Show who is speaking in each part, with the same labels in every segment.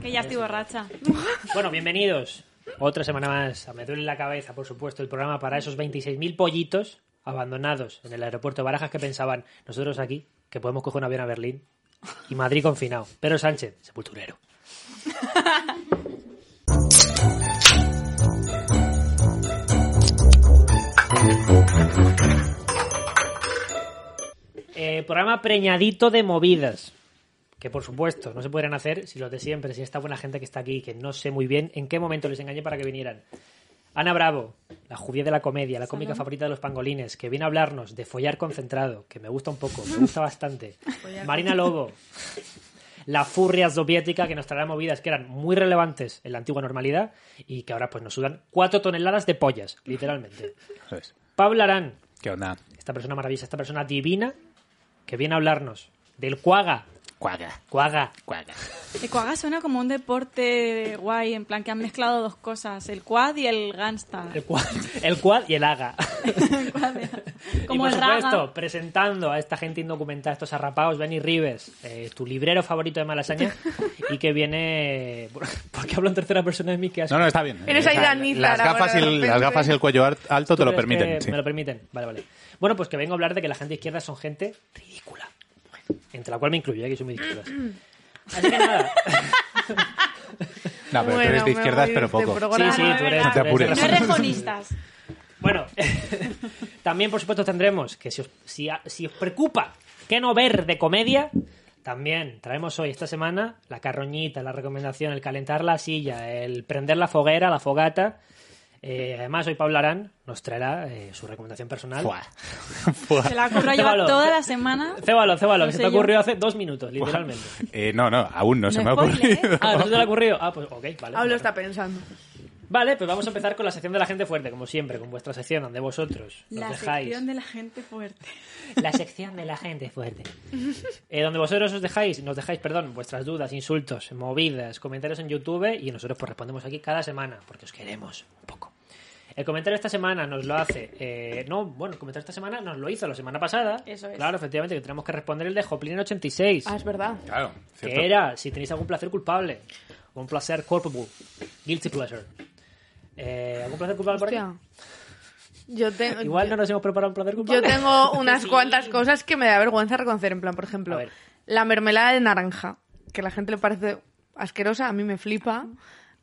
Speaker 1: Que ya estoy borracha.
Speaker 2: Bueno, bienvenidos. Otra semana más. a Me duele la cabeza, por supuesto, el programa para esos 26.000 pollitos abandonados en el aeropuerto de Barajas que pensaban nosotros aquí que podemos coger un avión a Berlín y Madrid confinado. Pero Sánchez, sepulturero. Eh, programa preñadito de movidas. Que por supuesto no se podrían hacer si los de siempre, si esta buena gente que está aquí, que no sé muy bien en qué momento les engañé para que vinieran. Ana Bravo, la judía de la comedia, la cómica favorita de los pangolines, que viene a hablarnos de follar concentrado, que me gusta un poco, me gusta bastante. Marina Lobo, la furria soviética que nos traerá movidas que eran muy relevantes en la antigua normalidad y que ahora pues nos sudan cuatro toneladas de pollas, literalmente.
Speaker 3: ¿Sabes?
Speaker 2: Pablo Arán,
Speaker 3: ¿Qué onda?
Speaker 2: esta persona maravillosa, esta persona divina, que viene a hablarnos del cuaga.
Speaker 3: Cuaga,
Speaker 2: Cuaga.
Speaker 3: cuaga.
Speaker 1: El cuaga suena como un deporte guay, en plan que han mezclado dos cosas, el quad y el gangsta.
Speaker 2: El cuad, el cuad y el haga.
Speaker 1: El quad, eh. como
Speaker 2: y por
Speaker 1: el
Speaker 2: supuesto,
Speaker 1: raga.
Speaker 2: presentando a esta gente indocumentada, estos arrapados, Benny Rives, eh, tu librero favorito de Malasaña, y que viene... Porque hablo en tercera persona de mí, que
Speaker 3: No, no, está bien.
Speaker 4: Eres
Speaker 3: O sea,
Speaker 4: Aidanita,
Speaker 3: las,
Speaker 4: ahora,
Speaker 3: gafas y
Speaker 4: de
Speaker 3: el-
Speaker 4: repente.
Speaker 3: las gafas y el cuello ar- alto te lo
Speaker 2: ¿Tú crees
Speaker 3: permiten.
Speaker 2: que
Speaker 3: sí.
Speaker 2: Me lo permiten. Vale, vale. Bueno, pues que vengo a hablar de que la gente izquierda son gente ridícula. Entre la cual me incluyo, ¿eh? que soy muy de izquierdas. Así que nada.
Speaker 3: No, pero tú eres de izquierdas, pero poco.
Speaker 2: Sí, sí, tú eres-
Speaker 3: No te
Speaker 2: tú eres de
Speaker 3: apures.
Speaker 1: No
Speaker 2: la-
Speaker 1: es rejonistas.
Speaker 2: Bueno, también por supuesto tendremos que si os, si, a- si os preocupa que no ver de comedia, también traemos hoy esta semana la carroñita, la recomendación, el calentar la silla, el prender la foguera, la fogata. Eh, además hoy Pablo Arán nos traerá eh, su recomendación personal.
Speaker 3: Fuá. Fuá.
Speaker 1: Se la ocurrió llevar
Speaker 2: Cébalo.
Speaker 1: toda la semana.
Speaker 2: Cébalo, cébalo,
Speaker 1: No
Speaker 2: que se
Speaker 1: sé
Speaker 2: te
Speaker 1: yo.
Speaker 2: ocurrió hace dos minutos, literalmente.
Speaker 3: Eh, no, no, aún no, se me ha
Speaker 1: spoiler, ¿eh?
Speaker 3: ocurrido.
Speaker 2: Ah, ¿no se te ha ocurrido? Ah, pues ok, vale.
Speaker 4: Pablo
Speaker 2: Vale.
Speaker 4: está pensando.
Speaker 2: Vale, pues vamos a empezar con la sección de la gente fuerte, como siempre, con vuestra sección donde vosotros nos
Speaker 1: La
Speaker 2: dejáis.
Speaker 1: sección de la gente fuerte.
Speaker 2: La sección de la gente fuerte. Eh, donde vosotros os dejáis, nos dejáis, perdón, vuestras dudas, insultos, movidas, comentarios en YouTube y nosotros pues respondemos aquí cada semana, porque os queremos un poco. El comentario esta semana nos lo hace. eh, no, bueno, el comentario esta semana nos lo hizo la semana pasada.
Speaker 1: Eso es.
Speaker 2: Claro, efectivamente, que tenemos que responder el de Joplin86.
Speaker 4: Ah, es verdad.
Speaker 3: Claro, cierto.
Speaker 2: que era si tenéis algún placer culpable. Un placer culpable. Guilty pleasure. Eh, ¿Algún placer culpable por aquí?
Speaker 4: Hostia. Yo tengo.
Speaker 2: Igual no nos hemos preparado un placer
Speaker 4: Yo
Speaker 2: culpable.
Speaker 4: tengo unas cuantas cosas que me da vergüenza reconocer. En plan, por
Speaker 2: A
Speaker 4: ejemplo,
Speaker 2: ver.
Speaker 4: la mermelada de naranja, que a la gente le parece asquerosa, a mí me flipa.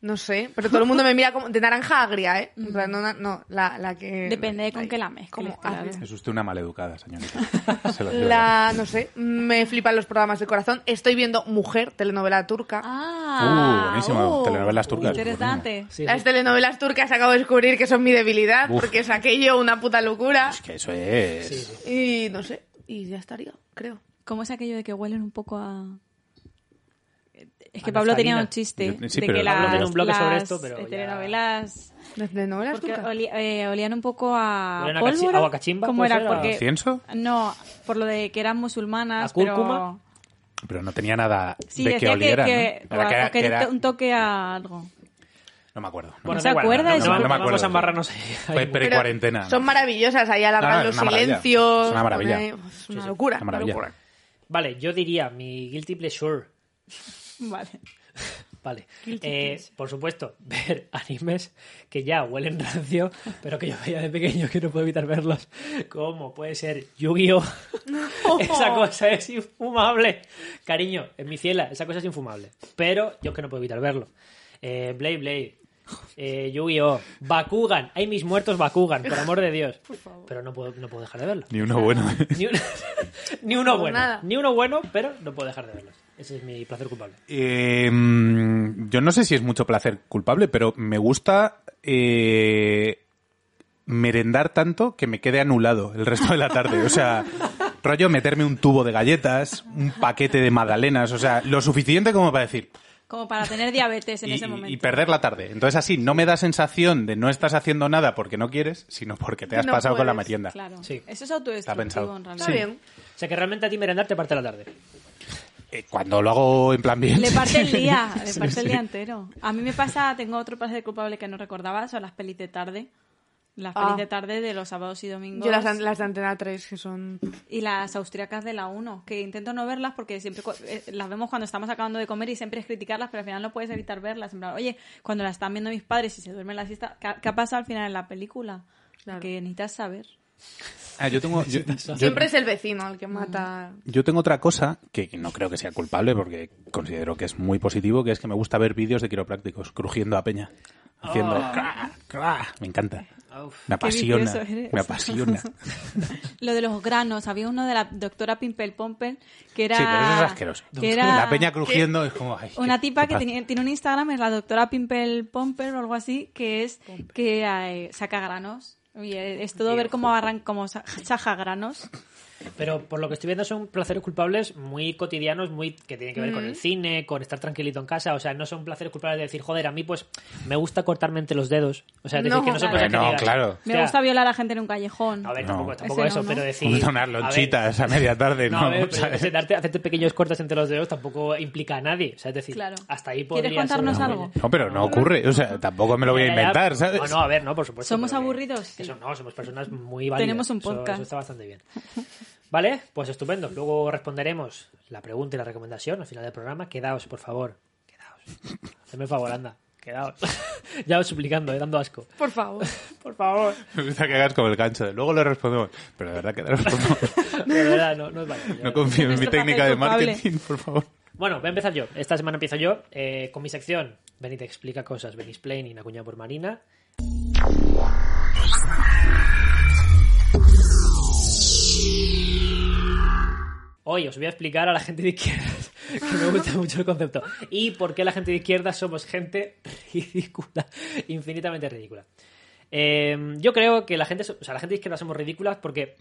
Speaker 4: No sé, pero todo el mundo me mira como de naranja agria, ¿eh? En plan, no, na- no, la, la que...
Speaker 1: Depende de con
Speaker 4: Ay,
Speaker 1: qué la mezcles,
Speaker 4: como
Speaker 1: claro.
Speaker 4: agria.
Speaker 3: Es usted una maleducada, señorita. Se lo digo.
Speaker 4: La, no sé, me flipan los programas de corazón. Estoy viendo Mujer, telenovela turca.
Speaker 1: Ah,
Speaker 3: Uh, buenísimo. Telenovelas turcas,
Speaker 1: Interesante.
Speaker 2: Sí,
Speaker 4: Las
Speaker 2: sí.
Speaker 4: telenovelas turcas acabo de descubrir que son mi debilidad,
Speaker 3: Uf.
Speaker 4: porque es aquello una puta locura.
Speaker 3: Es que eso es.
Speaker 2: Sí, sí.
Speaker 4: Y no sé, y ya estaría, creo.
Speaker 1: ¿Cómo es aquello de que huelen un poco a.? Es que
Speaker 2: A
Speaker 1: Pablo tenía
Speaker 2: naftalina.
Speaker 1: un chiste
Speaker 3: Yo- sí,
Speaker 1: de
Speaker 3: pero
Speaker 1: que
Speaker 3: Pablo
Speaker 1: las,
Speaker 3: tiene
Speaker 2: un bloque
Speaker 1: las
Speaker 2: sobre esto, pero ya-
Speaker 1: telenovelas
Speaker 4: ¿Las telenovelas
Speaker 1: porque
Speaker 4: turcas?
Speaker 1: oli- eh, olían un poco a
Speaker 2: Huelen a cachi-
Speaker 1: pólvora.
Speaker 2: agua cachimba,
Speaker 1: ¿Cómo
Speaker 2: puede
Speaker 1: era?
Speaker 2: ser, a-
Speaker 1: Porque
Speaker 3: ¿Cienso?
Speaker 1: no, por lo de que eran musulmanas,
Speaker 2: ¿A cúrcuma?
Speaker 1: pero
Speaker 3: Pero no tenía nada
Speaker 1: sí
Speaker 3: de que
Speaker 1: decía que,
Speaker 3: oliera.
Speaker 1: que-
Speaker 3: ¿no? Era
Speaker 1: o
Speaker 3: que era-
Speaker 1: a- o que
Speaker 3: que era-
Speaker 1: era un toque a algo.
Speaker 3: No me acuerdo.
Speaker 2: Bueno,
Speaker 1: ¿Se
Speaker 2: da igual,
Speaker 1: acuerda?
Speaker 2: No,
Speaker 1: No,
Speaker 2: no,
Speaker 1: no me
Speaker 2: vamos
Speaker 3: acuerdo.
Speaker 2: a embarrarnos ahí.
Speaker 3: Fue
Speaker 2: Ahí.
Speaker 4: Pero
Speaker 3: pre-cuarentena.
Speaker 4: Son maravillosas, ahí alargan
Speaker 3: No, no,
Speaker 4: los
Speaker 3: es una maravilla.
Speaker 4: silencios.
Speaker 3: Es una maravilla.
Speaker 4: ponen- Uf, es pues, una locura.
Speaker 3: Una maravilla.
Speaker 4: locura.
Speaker 2: Vale, yo diría mi guilty pleasure.
Speaker 1: Vale.
Speaker 2: Vale. Eh, por supuesto, ver animes que ya huelen rancio, pero que yo veía de pequeño que no puedo evitar verlos. Como puede ser Yu-Gi-Oh! esa cosa es infumable. Cariño, en mi ciela, esa cosa es infumable. Pero yo es que no puedo evitar verlo. Eh, Blade Blade. Eh, Yu-Gi-Oh! Bakugan. Hay mis muertos Bakugan, por amor de Dios. Pero no puedo, no puedo dejar de verlo.
Speaker 3: Ni uno bueno.
Speaker 2: Ni, un- ni uno
Speaker 4: Por
Speaker 2: bueno.
Speaker 4: nada.
Speaker 2: Ni uno bueno, pero no puedo dejar de verlos. Ese es mi placer culpable.
Speaker 3: Eh, mm, yo no sé si es mucho placer culpable, pero me gusta eh, merendar tanto que me quede anulado el resto de la tarde. O sea, rollo meterme un tubo de galletas, un paquete de magdalenas, o sea, lo suficiente como para decir,
Speaker 1: Como para tener diabetes en
Speaker 3: y,
Speaker 1: ese
Speaker 3: y-
Speaker 1: momento.
Speaker 3: y perder la tarde. Entonces así no me da sensación de no estás haciendo nada porque no quieres, sino porque te has
Speaker 4: No
Speaker 3: pasado con la
Speaker 4: puedes,
Speaker 3: merienda.
Speaker 1: Claro.
Speaker 2: Sí.
Speaker 1: Eso es
Speaker 3: Está pensado.
Speaker 1: autodestructivo, en realidad.
Speaker 4: Está bien.
Speaker 2: O sea que realmente a ti merendar te parte la tarde.
Speaker 3: Eh, cuando lo hago en plan bien.
Speaker 1: Le parte el día, le
Speaker 3: Sí,
Speaker 1: parte el
Speaker 3: sí.
Speaker 1: día entero. A mí me pasa, tengo otro placer culpable que no recordaba, son las pelis de tarde. Las
Speaker 4: Ah.
Speaker 1: pelis de tarde de los sábados y domingos.
Speaker 4: Yo las, an- las de Antena 3, que son...
Speaker 1: Y las austriacas de la 1, que intento no verlas porque siempre cu- eh, las vemos cuando estamos acabando de comer y siempre es criticarlas, pero al final no puedes evitar verlas. En plan, oye, cuando las están viendo mis padres y se duermen la siesta, ¿qué, qué pasa al final en la película?
Speaker 4: Claro.
Speaker 1: Que necesitas saber.
Speaker 3: Ah, yo tengo, yo- yo-
Speaker 4: Siempre es el vecino el que mata...
Speaker 3: yo tengo otra cosa que no creo que sea culpable porque considero que es muy positivo, que es que me gusta ver vídeos de quiroprácticos crujiendo a peña. Haciendo...
Speaker 2: Oh.
Speaker 3: cra, cra. Me encanta. Me apasiona.
Speaker 1: vicioso eres.
Speaker 3: Me apasiona.
Speaker 1: Lo de los granos, había uno de la doctora Pimpel Pompel que era.
Speaker 3: Sí, pero eso es asqueroso.
Speaker 1: que era-
Speaker 3: La peña crujiendo es como... ay,
Speaker 1: Una
Speaker 3: qué-
Speaker 1: tipa
Speaker 3: qué
Speaker 1: que
Speaker 3: paz.
Speaker 1: tiene, tiene un Instagram, es la doctora Pimpel Pomper o algo así, que es que eh, saca granos. Y eh, es todo ver cómo arran, cómo sa- saca granos.
Speaker 2: Pero por lo que estoy viendo son placeres culpables muy cotidianos, muy que tienen que ver con el cine, con estar tranquilito en casa. O sea, no son placeres culpables de decir, joder, a mí pues me gusta cortarme entre los dedos. O sea, es decir,
Speaker 4: No,
Speaker 2: que no son
Speaker 4: claro.
Speaker 2: cosas que
Speaker 3: Bueno,
Speaker 2: digas,
Speaker 3: claro.
Speaker 1: Me
Speaker 2: "Hostia".
Speaker 1: gusta violar a gente en un callejón.
Speaker 2: A ver,
Speaker 3: No.
Speaker 2: tampoco, tampoco
Speaker 1: Ese no,
Speaker 2: eso,
Speaker 1: ¿no?
Speaker 2: pero decir...
Speaker 3: Unas
Speaker 2: a ver,
Speaker 3: lonchitas a media tarde,
Speaker 2: No,
Speaker 3: ¿no?
Speaker 2: a ver, pero yo qué
Speaker 3: ¿Sabes?
Speaker 2: sé, darte- hacerte pequeños cortes entre los dedos tampoco implica a nadie. O sea, es decir,
Speaker 1: Claro.
Speaker 2: hasta ahí
Speaker 1: ¿Quieres
Speaker 2: podría ser
Speaker 1: contarnos
Speaker 2: una-
Speaker 1: algo?
Speaker 3: No, pero no ocurre. O sea, tampoco me lo voy a
Speaker 2: Ya, ya,
Speaker 3: inventar, ¿sabes?
Speaker 2: Eh, ah, No, no, a ver, no, por supuesto.
Speaker 1: Somos
Speaker 2: pero que-
Speaker 1: aburridos, sí.
Speaker 2: Eso no, somos personas muy válidas.
Speaker 1: Tenemos un
Speaker 2: Eso-
Speaker 1: podcast.
Speaker 2: Eso, está bastante bien. Vale, pues estupendo. Luego responderemos la pregunta y la recomendación al final del programa. Quedaos, por favor. Quedaos. Hacedme el favor, anda. Quedaos. ya os suplicando, eh, dando asco.
Speaker 4: Por favor.
Speaker 2: Por favor.
Speaker 3: Me gusta que hagas como el gancho. de, Luego lo respondemos. Pero de verdad que lo respondemos.
Speaker 2: De verdad, no, no os vayáis, de
Speaker 3: No
Speaker 2: verdad.
Speaker 3: confío en mi
Speaker 1: Nuestro
Speaker 3: técnica
Speaker 1: papel
Speaker 3: de
Speaker 1: culpable.
Speaker 3: marketing, por favor.
Speaker 2: Bueno, voy a empezar yo. Esta semana empiezo yo eh, con mi sección. Benny te explica cosas. Benny Explaining, acuñado por Marina. Hoy os voy a explicar a la gente de izquierdas, que me gusta mucho el concepto, y por qué la gente de izquierdas somos gente ridícula, infinitamente ridícula. Eh, yo creo que la gente, o sea, la gente de izquierda somos ridículas porque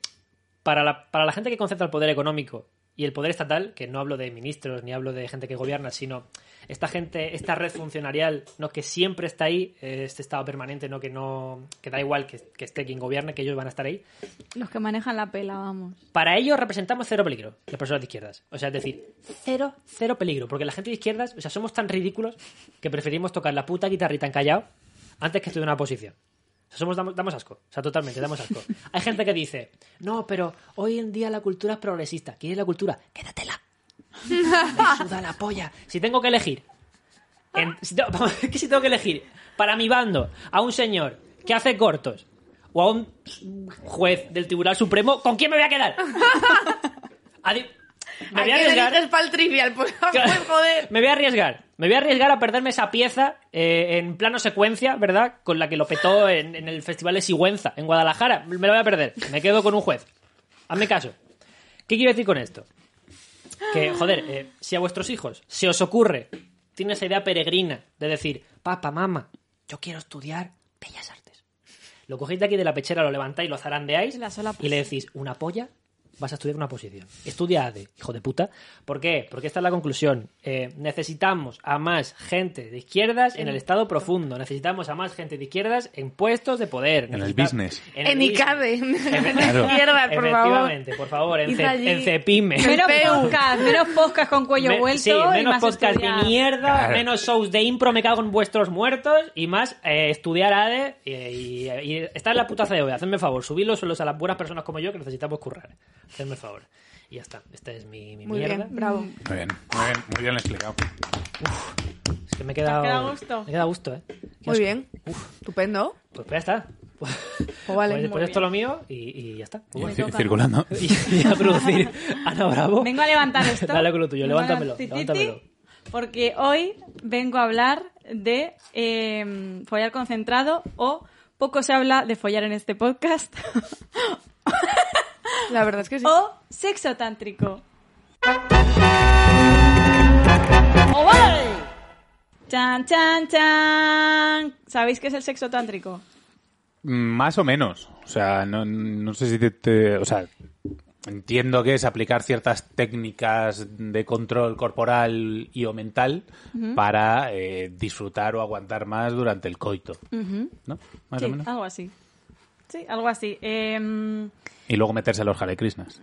Speaker 2: para la, para la gente que concentra el poder económico y el poder estatal, que no hablo de ministros ni hablo de gente que gobierna, sino esta gente, esta red funcionarial, no que siempre está ahí, eh, este estado permanente, no que no, que da igual que, que esté quien gobierne, que ellos van a estar ahí.
Speaker 1: Los que manejan la pela, vamos.
Speaker 2: Para ellos representamos cero peligro, las personas de izquierdas. O sea, es decir, cero, cero peligro. Porque la gente de izquierdas, o sea, somos tan ridículos que preferimos tocar la puta guitarrita en callao antes que estudiar una posición. O sea, somos, damos, damos asco. O sea, totalmente, damos asco. Hay gente que dice, no, pero hoy en día la cultura es progresista. ¿Quién es la cultura? Quédatela. Me suda la polla. Si tengo que elegir en- si tengo- vamos, es que si tengo que elegir para mi bando a un señor que hace cortos o a un juez del Tribunal Supremo, ¿con quién me voy a quedar? Adi- me voy a arriesgar.
Speaker 4: Es para el trivial, pues pues, joder.
Speaker 2: Me voy a arriesgar. Me voy a arriesgar a perderme esa pieza eh, en plano secuencia, ¿verdad? Con la que lo petó en, en el Festival de Sigüenza, en Guadalajara. Me lo voy a perder. Me quedo con un juez. Hazme caso. ¿Qué quiero decir con esto? Que, joder, eh, si a vuestros hijos se os ocurre, tiene esa idea peregrina de decir, papá, mamá, yo quiero estudiar bellas artes. Lo cogéis de aquí de la pechera, lo levantáis, lo zarandeáis
Speaker 1: La sola
Speaker 2: y le decís, una polla, vas a estudiar una posición. Estudia ADE, hijo de puta. ¿Por qué? Porque esta es la conclusión. Eh, necesitamos a más gente de izquierdas en el estado profundo. Necesitamos a más gente de izquierdas en puestos de poder.
Speaker 3: En el
Speaker 2: Necesita-
Speaker 3: business.
Speaker 2: el
Speaker 4: En
Speaker 2: business.
Speaker 4: Icabe.
Speaker 3: Claro.
Speaker 4: Mierda, por favor.
Speaker 2: Efectivamente, por favor, en,
Speaker 4: Id
Speaker 2: ce-
Speaker 4: allí.
Speaker 2: en Cepime.
Speaker 1: Menos
Speaker 4: peu.
Speaker 1: podcast, menos podcast con cuello
Speaker 2: Me-
Speaker 1: vuelto.
Speaker 2: sí,
Speaker 1: y
Speaker 2: menos
Speaker 1: más
Speaker 2: podcast
Speaker 1: estudiar.
Speaker 2: de mierda,
Speaker 3: Claro.
Speaker 2: menos shows de impro, me cago en vuestros muertos y más eh, estudiar ADE y, y- y estar en la putaza de hoy. E, Hacedme favor, subid los suelos a las buenas personas como yo que necesitamos currar. Hacedme favor. Y ya está, esta es mi, mi
Speaker 4: Muy
Speaker 2: mierda.
Speaker 4: bien, bravo.
Speaker 3: Muy bien, muy bien, muy bien explicado.
Speaker 2: Es que me he quedado,
Speaker 1: Te has quedado a gusto.
Speaker 2: Me he quedado a gusto, ¿eh? Qué
Speaker 4: Muy
Speaker 2: asco.
Speaker 4: bien. Estupendo.
Speaker 2: Pues, pues ya está. Pues,
Speaker 4: vale,
Speaker 2: pues,
Speaker 4: muy
Speaker 2: pues esto es lo mío y, y ya está. Pues
Speaker 3: Y
Speaker 2: Bueno.
Speaker 3: ci-
Speaker 1: toca.
Speaker 3: circulando.
Speaker 2: Y, y a producir Ana Bravo.
Speaker 1: Vengo a levantar esto.
Speaker 2: Dale con lo tuyo,
Speaker 1: Vengo a
Speaker 2: levántamelo,
Speaker 1: levantar-
Speaker 2: levántamelo.
Speaker 1: Porque hoy vengo a hablar de eh, follar concentrado o poco se habla de follar en este podcast
Speaker 4: La verdad es que sí.
Speaker 1: o sexo tántrico. ¡Oye! Chan, chan, chan. ¿Sabéis qué es el sexo tántrico?
Speaker 3: Mm, Más o menos. O sea, no, no sé si te, te- O sea, entiendo que es aplicar ciertas técnicas de control corporal y o mental para eh, disfrutar o aguantar más durante el coito. ¿No? Más
Speaker 1: Sí,
Speaker 3: o
Speaker 2: Ah.
Speaker 3: menos.
Speaker 1: algo así. Sí, algo así. Em,
Speaker 3: Y luego meterse a los Hare Krishnas.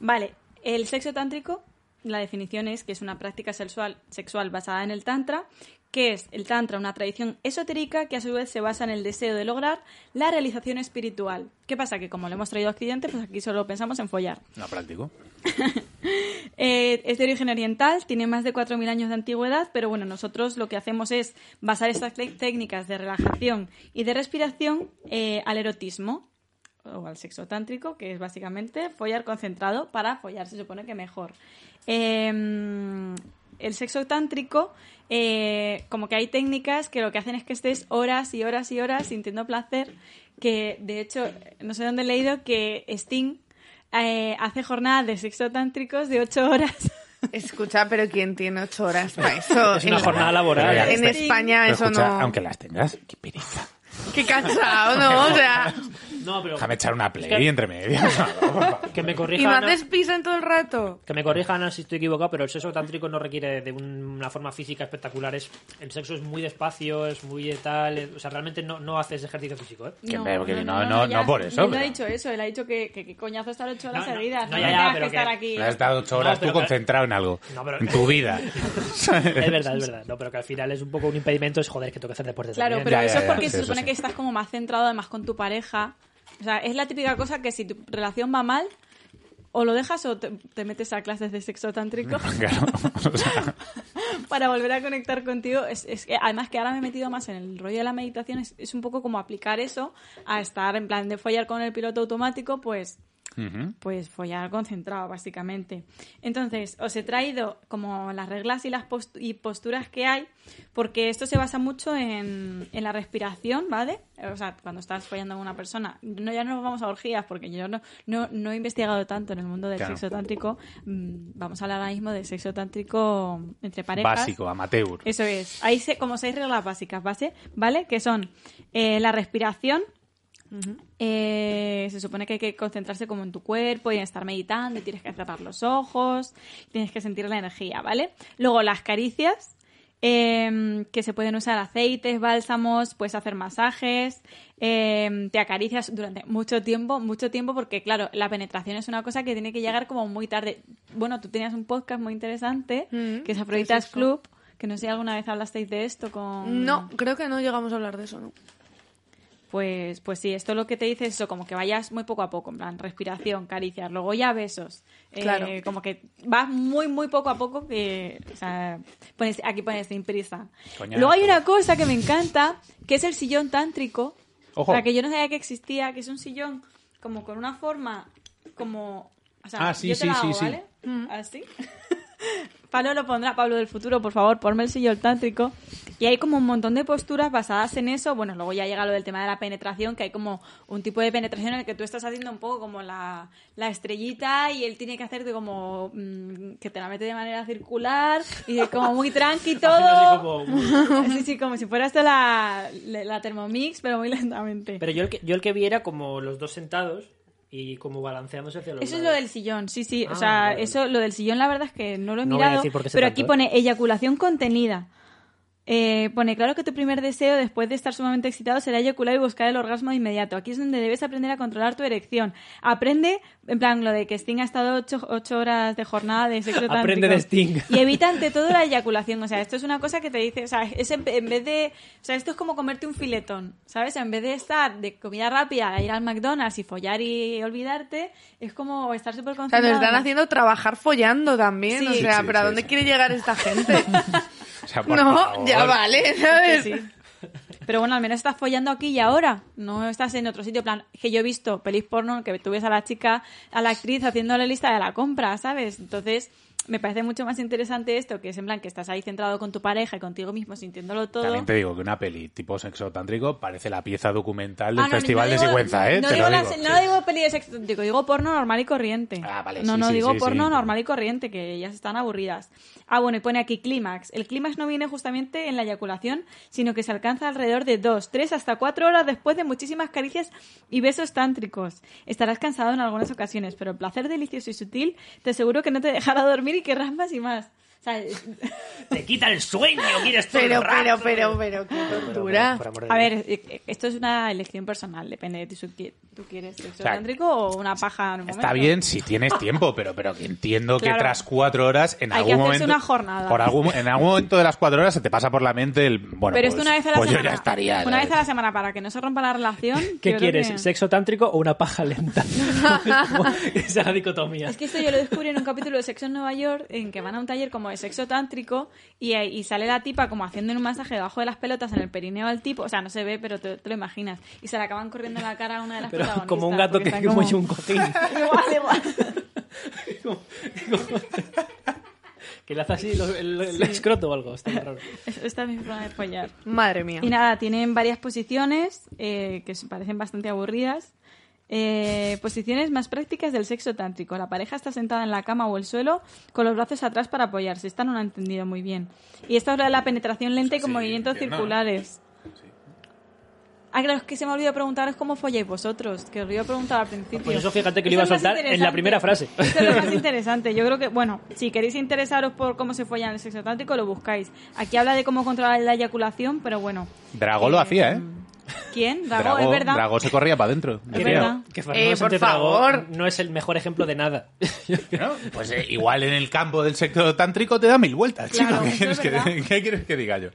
Speaker 1: Vale, el sexo tántrico, la definición es que es una práctica sexual, sexual basada en el tantra, que es el tantra una tradición esotérica que a su vez se basa en el deseo de lograr la realización espiritual. ¿Qué pasa? Que como lo hemos traído a Occidente, pues aquí solo pensamos en follar.
Speaker 3: No práctico.
Speaker 2: Ah,
Speaker 1: Eh, es de origen oriental, tiene más de 4.000 años de antigüedad, pero bueno, nosotros lo que hacemos es basar estas tec- técnicas de relajación y de respiración eh, al erotismo o al sexo tántrico, que es básicamente follar concentrado para follar, se supone que mejor. Eh, el sexo tántrico, eh, como que hay técnicas que lo que hacen es que estés horas y horas y horas sintiendo placer, que de hecho, no sé dónde he leído que Sting eh, hace jornadas de sexo tántricos de ocho horas.
Speaker 4: Escucha, pero ¿quién tiene ocho horas para eso?
Speaker 2: Es una
Speaker 4: En-
Speaker 2: jornada laboral.
Speaker 3: Pero ya
Speaker 4: En
Speaker 3: está.
Speaker 4: España
Speaker 3: Pero
Speaker 4: eso
Speaker 3: escucha,
Speaker 4: no.
Speaker 3: Aunque las tengas, qué pereza.
Speaker 4: Qué cansado, ¿no? O sea,
Speaker 2: No, pero
Speaker 3: Déjame echar una play
Speaker 2: Es que-
Speaker 3: entre medias.
Speaker 2: que me
Speaker 4: y no
Speaker 2: corrijan.
Speaker 4: haces pis en todo el rato.
Speaker 2: Que me corrija Ana si estoy equivocado, pero el sexo tántrico no requiere de un- una forma física espectacular. Es, el sexo es muy despacio, es muy de tal. es- o sea, realmente no, no haces ejercicio físico, ¿eh?
Speaker 3: Que me- que no, no,
Speaker 1: ya,
Speaker 3: no por eso,
Speaker 1: Él no ha
Speaker 3: pero-
Speaker 1: dicho eso, él ha dicho que, que, que coñazo estar ocho horas
Speaker 2: No, no,
Speaker 1: seguidas.
Speaker 2: no,
Speaker 1: No,
Speaker 2: ya, ya,
Speaker 1: tengas
Speaker 2: pero
Speaker 1: que
Speaker 2: que-
Speaker 1: estar aquí.
Speaker 3: Le has dado ocho horas
Speaker 2: No, pero
Speaker 3: tú
Speaker 2: que-
Speaker 3: concentrado en algo.
Speaker 2: No, pero-
Speaker 3: En tu vida.
Speaker 2: Es verdad, es verdad. No, pero que al final es un poco un impedimento, es joder, que tengo que hacer deporte
Speaker 1: Claro,
Speaker 2: también.
Speaker 1: pero
Speaker 3: Ya,
Speaker 1: eso
Speaker 3: ya,
Speaker 1: es
Speaker 3: ya,
Speaker 1: porque
Speaker 3: sí,
Speaker 1: se
Speaker 3: eso
Speaker 1: supone
Speaker 3: sí.
Speaker 1: que estás como más centrado además con tu pareja. O sea, es la típica cosa que si tu relación va mal, o lo dejas o te, te metes a clases de sexo tántrico
Speaker 3: Claro, o sea,
Speaker 1: para volver a conectar contigo. Es, es que, además que ahora me he metido más en el rollo de la meditación, es, es un poco como aplicar eso a estar en plan de follar con el piloto automático, pues
Speaker 3: ujú.
Speaker 1: pues follar concentrado, básicamente. Entonces, os he traído como las reglas y las post- y posturas que hay, porque esto se basa mucho en, en la respiración, ¿vale? O sea, cuando estás follando con una persona, no ya no nos vamos a orgías, porque yo no, no, no he investigado tanto en el mundo del
Speaker 3: Claro.
Speaker 1: sexo tántrico. Mm, Vamos a hablar ahora mismo de sexo tántrico entre parejas.
Speaker 3: Básico, amateur.
Speaker 1: Eso es. Hay se- como seis reglas básicas, ¿vale? ¿Vale? Que son eh, la respiración. Eh, se supone que hay que concentrarse como en tu cuerpo y en estar meditando, y tienes que cerrar los ojos, tienes que sentir la energía, ¿vale? Luego las caricias, eh, que se pueden usar aceites, bálsamos, puedes hacer masajes, eh, te acaricias durante mucho tiempo, mucho tiempo, porque claro, la penetración es una cosa que tiene que llegar como muy tarde. Bueno, tú tenías un podcast muy interesante,
Speaker 4: Mm,
Speaker 1: que es
Speaker 4: ¿qué es
Speaker 1: Afroditas
Speaker 4: eso?
Speaker 1: Club, que no sé si alguna vez hablasteis de esto con...
Speaker 4: No, creo que no llegamos a hablar de eso, ¿no?
Speaker 1: Pues, pues sí, esto lo que te dice es eso, como que vayas muy poco a poco, en plan, respiración, caricias, luego ya besos. Eh,
Speaker 4: Claro.
Speaker 1: Como que vas muy, muy poco a poco, que, o sea, pones, aquí pones sin prisa.
Speaker 3: Coñazo.
Speaker 1: Luego hay una cosa que me encanta, que es el sillón tántrico,
Speaker 3: Ojo.
Speaker 1: la que yo no sabía que existía, que es un sillón como con una forma, como... O sea,
Speaker 3: Ah, sí,
Speaker 1: yo te
Speaker 3: sí,
Speaker 1: la
Speaker 3: sí,
Speaker 1: hago,
Speaker 3: sí.
Speaker 1: ¿vale?
Speaker 4: Mm.
Speaker 1: Así. Pablo lo pondrá, Pablo del futuro, por favor, ponme el sillón tántrico. Y hay como un montón de posturas basadas en eso. Bueno, luego ya llega lo del tema de la penetración, que hay como un tipo de penetración en el que tú estás haciendo un poco como la, la estrellita y él tiene que hacerte como mm, que te la mete de manera circular y de como muy tranqui
Speaker 2: Así
Speaker 1: todo.
Speaker 2: como muy-
Speaker 1: Sí, sí, como si fuera esto la, la, la Thermomix, pero muy lentamente.
Speaker 2: Pero yo el, que, yo el que vi era como los dos sentados y como balanceándose hacia los
Speaker 1: Eso es lo
Speaker 2: lados.
Speaker 1: del sillón, sí, sí.
Speaker 2: Ah,
Speaker 1: o sea,
Speaker 2: vale, vale.
Speaker 1: eso, lo del sillón, la verdad es que no lo he
Speaker 2: No voy a
Speaker 1: mirado.
Speaker 2: decir por qué se
Speaker 1: pero
Speaker 2: trató,
Speaker 1: aquí
Speaker 2: ¿eh?
Speaker 1: pone eyaculación contenida. Eh, pone claro que tu primer deseo después de estar sumamente excitado será eyacular y buscar el orgasmo de inmediato. Aquí es donde debes aprender a controlar tu erección. Aprende, en plan, lo de que Sting ha estado ocho, ocho horas de jornada de sexo tántrico.
Speaker 2: Aprende de Sting.
Speaker 1: Y evita ante todo la eyaculación. O sea, esto es una cosa que te dice, o sea, es en, en vez de, o sea, esto es como comerte un filetón, ¿sabes? En vez de estar de comida rápida, a ir al McDonald's y follar y olvidarte, es como estar súper
Speaker 4: O sea,
Speaker 1: concentrado.
Speaker 4: nos están haciendo trabajar follando también.
Speaker 1: Sí.
Speaker 4: O
Speaker 1: Sí,
Speaker 4: sea,
Speaker 3: sí,
Speaker 4: ¿pero a
Speaker 3: sí,
Speaker 4: dónde
Speaker 3: sí.
Speaker 4: quiere llegar esta gente?
Speaker 3: O sea, por
Speaker 4: no,
Speaker 3: favor.
Speaker 4: ya vale,
Speaker 1: Que
Speaker 4: ¿sabes?
Speaker 1: sí. Pero bueno, al menos estás follando aquí y ahora. No estás en otro sitio. En plan, que yo he visto pelis porno en que tú ves a la chica, a la actriz haciendo la lista de la compra, ¿sabes? Entonces, me parece mucho más interesante esto, que es en plan que estás ahí centrado con tu pareja y contigo mismo sintiéndolo todo.
Speaker 3: También te digo que una peli tipo sexo tántrico parece la pieza documental del
Speaker 1: Ah, no, no,
Speaker 3: Festival
Speaker 1: no
Speaker 3: de
Speaker 1: digo-
Speaker 3: Sigüenza, ¿eh?
Speaker 1: No,
Speaker 3: Te
Speaker 1: digo,
Speaker 3: lo
Speaker 1: las-
Speaker 3: digo.
Speaker 1: no digo peli de sexo, digo, digo porno normal y corriente.
Speaker 3: Ah, vale,
Speaker 1: No,
Speaker 3: sí,
Speaker 1: no
Speaker 3: sí,
Speaker 1: digo
Speaker 3: sí,
Speaker 1: porno
Speaker 3: sí.
Speaker 1: normal y corriente, que ellas están aburridas. Ah, bueno, y pone aquí clímax. El clímax no viene justamente en la eyaculación, sino que se alcanza alrededor de dos, tres hasta cuatro horas después de muchísimas caricias y besos tántricos. Estarás cansado en algunas ocasiones, pero el placer delicioso y sutil te aseguro que no te dejará dormir y querrás más y más. O sea,
Speaker 2: Te quita el sueño, quieres todo el
Speaker 4: Pero, pero,
Speaker 2: rato.
Speaker 4: pero, pero, qué
Speaker 2: Pero,
Speaker 4: tortura.
Speaker 2: por amor de
Speaker 1: a
Speaker 2: Dios.
Speaker 1: ver, eh, eh, esto es una elección personal, depende de ti si qui- tú quieres sexo
Speaker 3: O sea,
Speaker 1: tántrico o una paja en un
Speaker 3: Está
Speaker 1: momento.
Speaker 3: bien si tienes tiempo, pero, pero que entiendo
Speaker 1: Claro.
Speaker 3: que tras cuatro horas, en
Speaker 1: Hay que
Speaker 3: algún
Speaker 1: hacerse
Speaker 3: momento.
Speaker 1: una jornada.
Speaker 3: por algún- en algún momento de las cuatro horas se te pasa por la mente el. Bueno,
Speaker 1: Pero
Speaker 3: pues,
Speaker 1: esto una vez a la
Speaker 3: pues
Speaker 1: semana.
Speaker 3: yo ya estaría.
Speaker 1: una vez a
Speaker 3: ¿sabes?
Speaker 1: la semana para que no se rompa la relación.
Speaker 2: ¿Qué
Speaker 1: yo creo
Speaker 2: quieres?
Speaker 1: que-
Speaker 2: ¿Sexo tántrico o una paja lenta? Esa es la dicotomía.
Speaker 1: Es que esto yo lo descubrí en un capítulo de Sexo en Nueva York, en que van a un taller como de sexo tántrico y, ahí- y sale la tipa como haciendo un masaje debajo de las pelotas en el perineo al tipo. O sea, no se ve, pero te, te lo imaginas. Y se le acaban corriendo en la cara a una de las
Speaker 2: pero
Speaker 1: protagonistas.
Speaker 2: como un gato
Speaker 1: porque
Speaker 2: que
Speaker 1: está
Speaker 2: como... muelle un cojín.
Speaker 1: Igual, igual.
Speaker 2: Como- como- que le hace así lo- el, el escroto o algo. Está muy raro.
Speaker 1: Esta es mi forma de follar.
Speaker 4: Madre mía.
Speaker 1: Y nada, tienen varias posiciones eh, que se parecen bastante aburridas. Eh, posiciones más prácticas del sexo tántrico. La pareja está sentada en la cama o el suelo con los brazos atrás para apoyarse. Esta no lo he entendido muy bien. Y esta es la de la penetración lenta y con
Speaker 3: Sí,
Speaker 1: movimientos
Speaker 3: entiendo.
Speaker 1: circulares. Ah, claro, es que se me olvidó preguntaros cómo folláis vosotros, que os iba a preguntar al principio.
Speaker 2: Pues eso fíjate que lo iba a
Speaker 1: Eso es más
Speaker 2: soltar en la
Speaker 1: interesante.
Speaker 2: primera frase.
Speaker 1: Eso es lo más interesante. Yo creo que, bueno, si queréis interesaros por cómo se folla en el sexo tántrico, lo buscáis. Aquí habla de cómo controlar la eyaculación, pero bueno,
Speaker 3: Drago lo hacía, ¿eh?
Speaker 1: ¿Quién? Drago,
Speaker 3: Drago,
Speaker 1: es verdad.
Speaker 3: Drago se corría para adentro.
Speaker 1: Es verdad.
Speaker 2: Que Fernando
Speaker 4: Eh, por
Speaker 2: Sánchez Dragó
Speaker 4: favor.
Speaker 2: no es el mejor ejemplo de nada.
Speaker 3: ¿No? Pues eh, igual en el campo del sector tántrico te da mil vueltas, chico.
Speaker 1: Claro,
Speaker 3: ¿Qué,
Speaker 1: eso
Speaker 3: quieres
Speaker 1: es
Speaker 3: que,
Speaker 1: verdad.
Speaker 3: qué quieres que diga yo?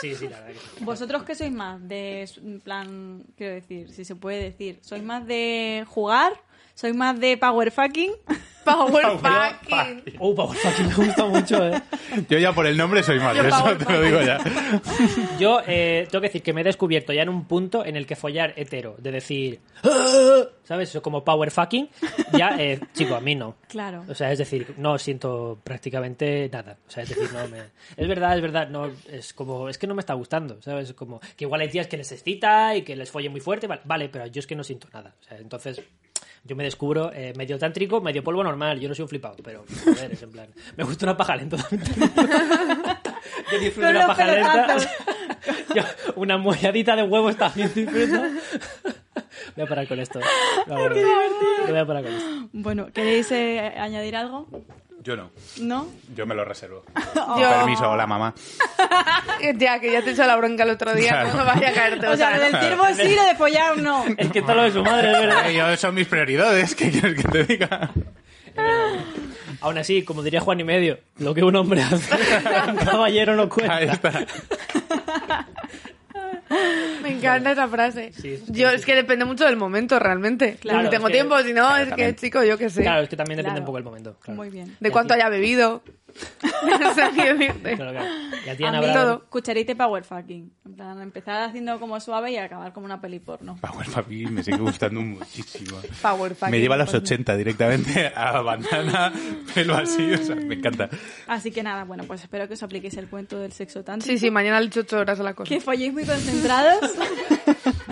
Speaker 2: Sí, sí, la verdad que sí.
Speaker 1: ¿Vosotros qué sois más? De s- en plan, quiero decir, si se puede decir, ¿sois más de jugar? ¿Sois más de power fucking?
Speaker 4: Power
Speaker 3: Power
Speaker 4: fucking.
Speaker 2: Oh, por favor, me gusta mucho, eh.
Speaker 3: Yo ya por el nombre soy más,
Speaker 4: Yo
Speaker 3: eso
Speaker 4: Power
Speaker 3: te lo digo ya.
Speaker 2: Yo eh, tengo que decir que me he descubierto ya en un punto en el que follar hetero, de decir, "Ah", ¿sabes? Eso como power fucking. Ya, eh, chico, a mí no.
Speaker 1: Claro.
Speaker 2: O sea, es decir, no siento prácticamente nada. O sea, es decir, no me... Es verdad, es verdad, no, es como, es que no me está gustando, ¿sabes? Como, que igual hay tías que les excita y que les folle muy fuerte, vale, vale, pero yo es que no siento nada. O sea, entonces, yo me descubro eh, medio tántrico, medio polvo normal, yo no soy un flipado, pero, joder, es en plan, me gusta una paja lenta también. Yo disfruto
Speaker 1: Con
Speaker 2: una
Speaker 1: los
Speaker 2: paja lenta.
Speaker 1: pelotazos.
Speaker 2: Yo, una molladita de huevos también disfruto. Voy a parar con esto. La verdad. Voy a parar con esto.
Speaker 1: Bueno, ¿queréis eh, añadir algo?
Speaker 3: Yo no,
Speaker 1: ¿No?
Speaker 3: yo me lo reservo. Con
Speaker 4: Yo-
Speaker 3: permiso, hola mamá.
Speaker 4: Ya, que ya te he hecho la bronca el otro día,
Speaker 3: Claro.
Speaker 4: no vaya a caerte.
Speaker 1: O sea, lo del ciervo sí, lo de follar no.
Speaker 2: Es que todo lo de su madre, es verdad.
Speaker 3: Eh, yo- son mis prioridades, ¿qué quieres que te diga?
Speaker 2: Aún así, como diría Juan y medio, lo que un hombre hace, un caballero no
Speaker 3: Ahí
Speaker 2: cuenta.
Speaker 3: está.
Speaker 4: Me encanta esa frase.
Speaker 2: Sí, sí, sí.
Speaker 4: yo es que depende mucho del momento, realmente.
Speaker 2: Claro,
Speaker 4: si tengo
Speaker 2: es que-
Speaker 4: tiempo, si no,
Speaker 3: Claro,
Speaker 4: es
Speaker 3: también.
Speaker 4: que, chico, yo qué sé.
Speaker 2: Claro, es que también depende
Speaker 1: Claro.
Speaker 2: un poco del momento. claro.
Speaker 1: Muy bien.
Speaker 4: De cuánto haya bebido. O sea, quiero decirte.
Speaker 2: Claro, claro. Y a ti,
Speaker 1: A
Speaker 2: Ana
Speaker 1: mí
Speaker 2: Bravo,
Speaker 4: todo.
Speaker 1: cucharita y power fucking. En plan, empezar haciendo como suave y acabar como una peli porno.
Speaker 3: Power Papi me sigue gustando muchísimo.
Speaker 4: Power fucking.
Speaker 3: Me lleva a los 80 directamente a bandana, pelo así, o sea, me encanta.
Speaker 1: Así que nada, bueno, pues espero que os apliquéis el cuento del sexo tántrico.
Speaker 4: Sí, sí, mañana le echo ocho horas a la cosa.
Speaker 1: Que folléis muy concentrados.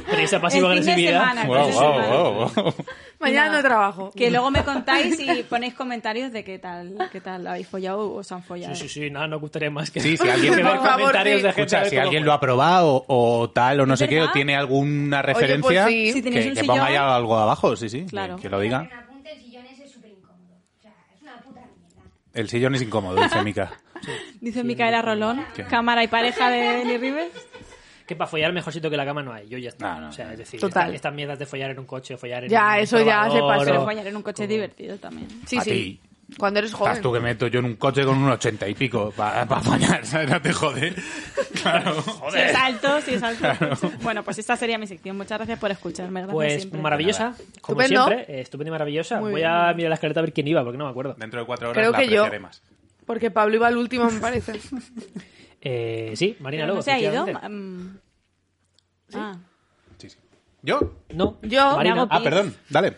Speaker 2: pero esa
Speaker 1: El fin de
Speaker 2: pasivo-agresividad.
Speaker 1: semana, el
Speaker 3: Wow,
Speaker 1: fin de
Speaker 3: wow,
Speaker 1: semana.
Speaker 3: wow, wow.
Speaker 4: Mañana
Speaker 1: Nada.
Speaker 4: no trabajo.
Speaker 1: Que luego me contáis y ponéis comentarios de qué tal, qué tal habéis follado o os han follado.
Speaker 2: Sí, sí, sí, nada, no gustaría más que,
Speaker 3: Sí, si alguien-
Speaker 2: que ver
Speaker 4: Por favor,
Speaker 2: comentarios
Speaker 4: sí.
Speaker 2: de gente. a
Speaker 3: Escucha,
Speaker 2: ver
Speaker 3: si
Speaker 2: cómo
Speaker 3: alguien
Speaker 2: fue.
Speaker 3: lo ha probado o tal, o no
Speaker 1: ¿Es
Speaker 3: sé qué, o
Speaker 1: verdad?
Speaker 3: tiene alguna
Speaker 4: pues
Speaker 3: referencia,
Speaker 4: sí.
Speaker 1: Si tenéis
Speaker 3: que,
Speaker 1: un
Speaker 3: que ponga
Speaker 1: sillón.
Speaker 3: ya algo abajo, sí, sí,
Speaker 1: Claro.
Speaker 3: que, que lo diga.
Speaker 5: Que me apunte el sillón ese es súper incómodo. O sea, es una puta mierda.
Speaker 3: El sillón es incómodo, dice Mica.
Speaker 1: Dice Micaela Rolón,
Speaker 3: ¿Qué?
Speaker 1: cámara y pareja de Eli Rivers.
Speaker 2: Que para follar mejor sitio que la cama no hay. Yo ya está.
Speaker 3: No, no,
Speaker 2: o sea, es decir,
Speaker 4: Total.
Speaker 2: esta- estas mierdas de follar en un coche o follar en
Speaker 4: Ya,
Speaker 2: un
Speaker 4: eso ya se
Speaker 2: probador,
Speaker 4: pasó.
Speaker 1: Pero
Speaker 2: o-
Speaker 1: follar en un coche es divertido también.
Speaker 4: Sí,
Speaker 3: a
Speaker 4: sí.
Speaker 3: ti.
Speaker 4: Cuando eres
Speaker 3: Estás
Speaker 4: joven.
Speaker 3: tú que meto yo en un coche con un ochenta y pico para fallar, ¿sabes? No te jode. Claro.
Speaker 1: Si es alto, si es alto. Bueno, pues esta sería mi sección. Muchas gracias por escucharme. Gracias
Speaker 2: Pues
Speaker 1: siempre.
Speaker 2: maravillosa, como
Speaker 4: Estupendo.
Speaker 2: siempre, eh, estupenda y maravillosa.
Speaker 4: Muy
Speaker 2: Voy a mirar la escaleta a ver quién iba, porque no me acuerdo.
Speaker 3: Dentro de cuatro horas
Speaker 4: Creo
Speaker 3: la
Speaker 4: que yo.
Speaker 3: apreciaré más.
Speaker 4: Porque Pablo iba al último, me parece.
Speaker 2: Eh, sí, Marina
Speaker 1: Pero
Speaker 2: Lobo.
Speaker 1: ¿No se ha ido?
Speaker 2: efectivamente.
Speaker 1: Mm. Ah.
Speaker 3: Sí, sí. ¿Yo?
Speaker 2: No,
Speaker 4: Yo-
Speaker 2: Marina. ah,
Speaker 1: Me hago
Speaker 3: Ah, perdón, dale.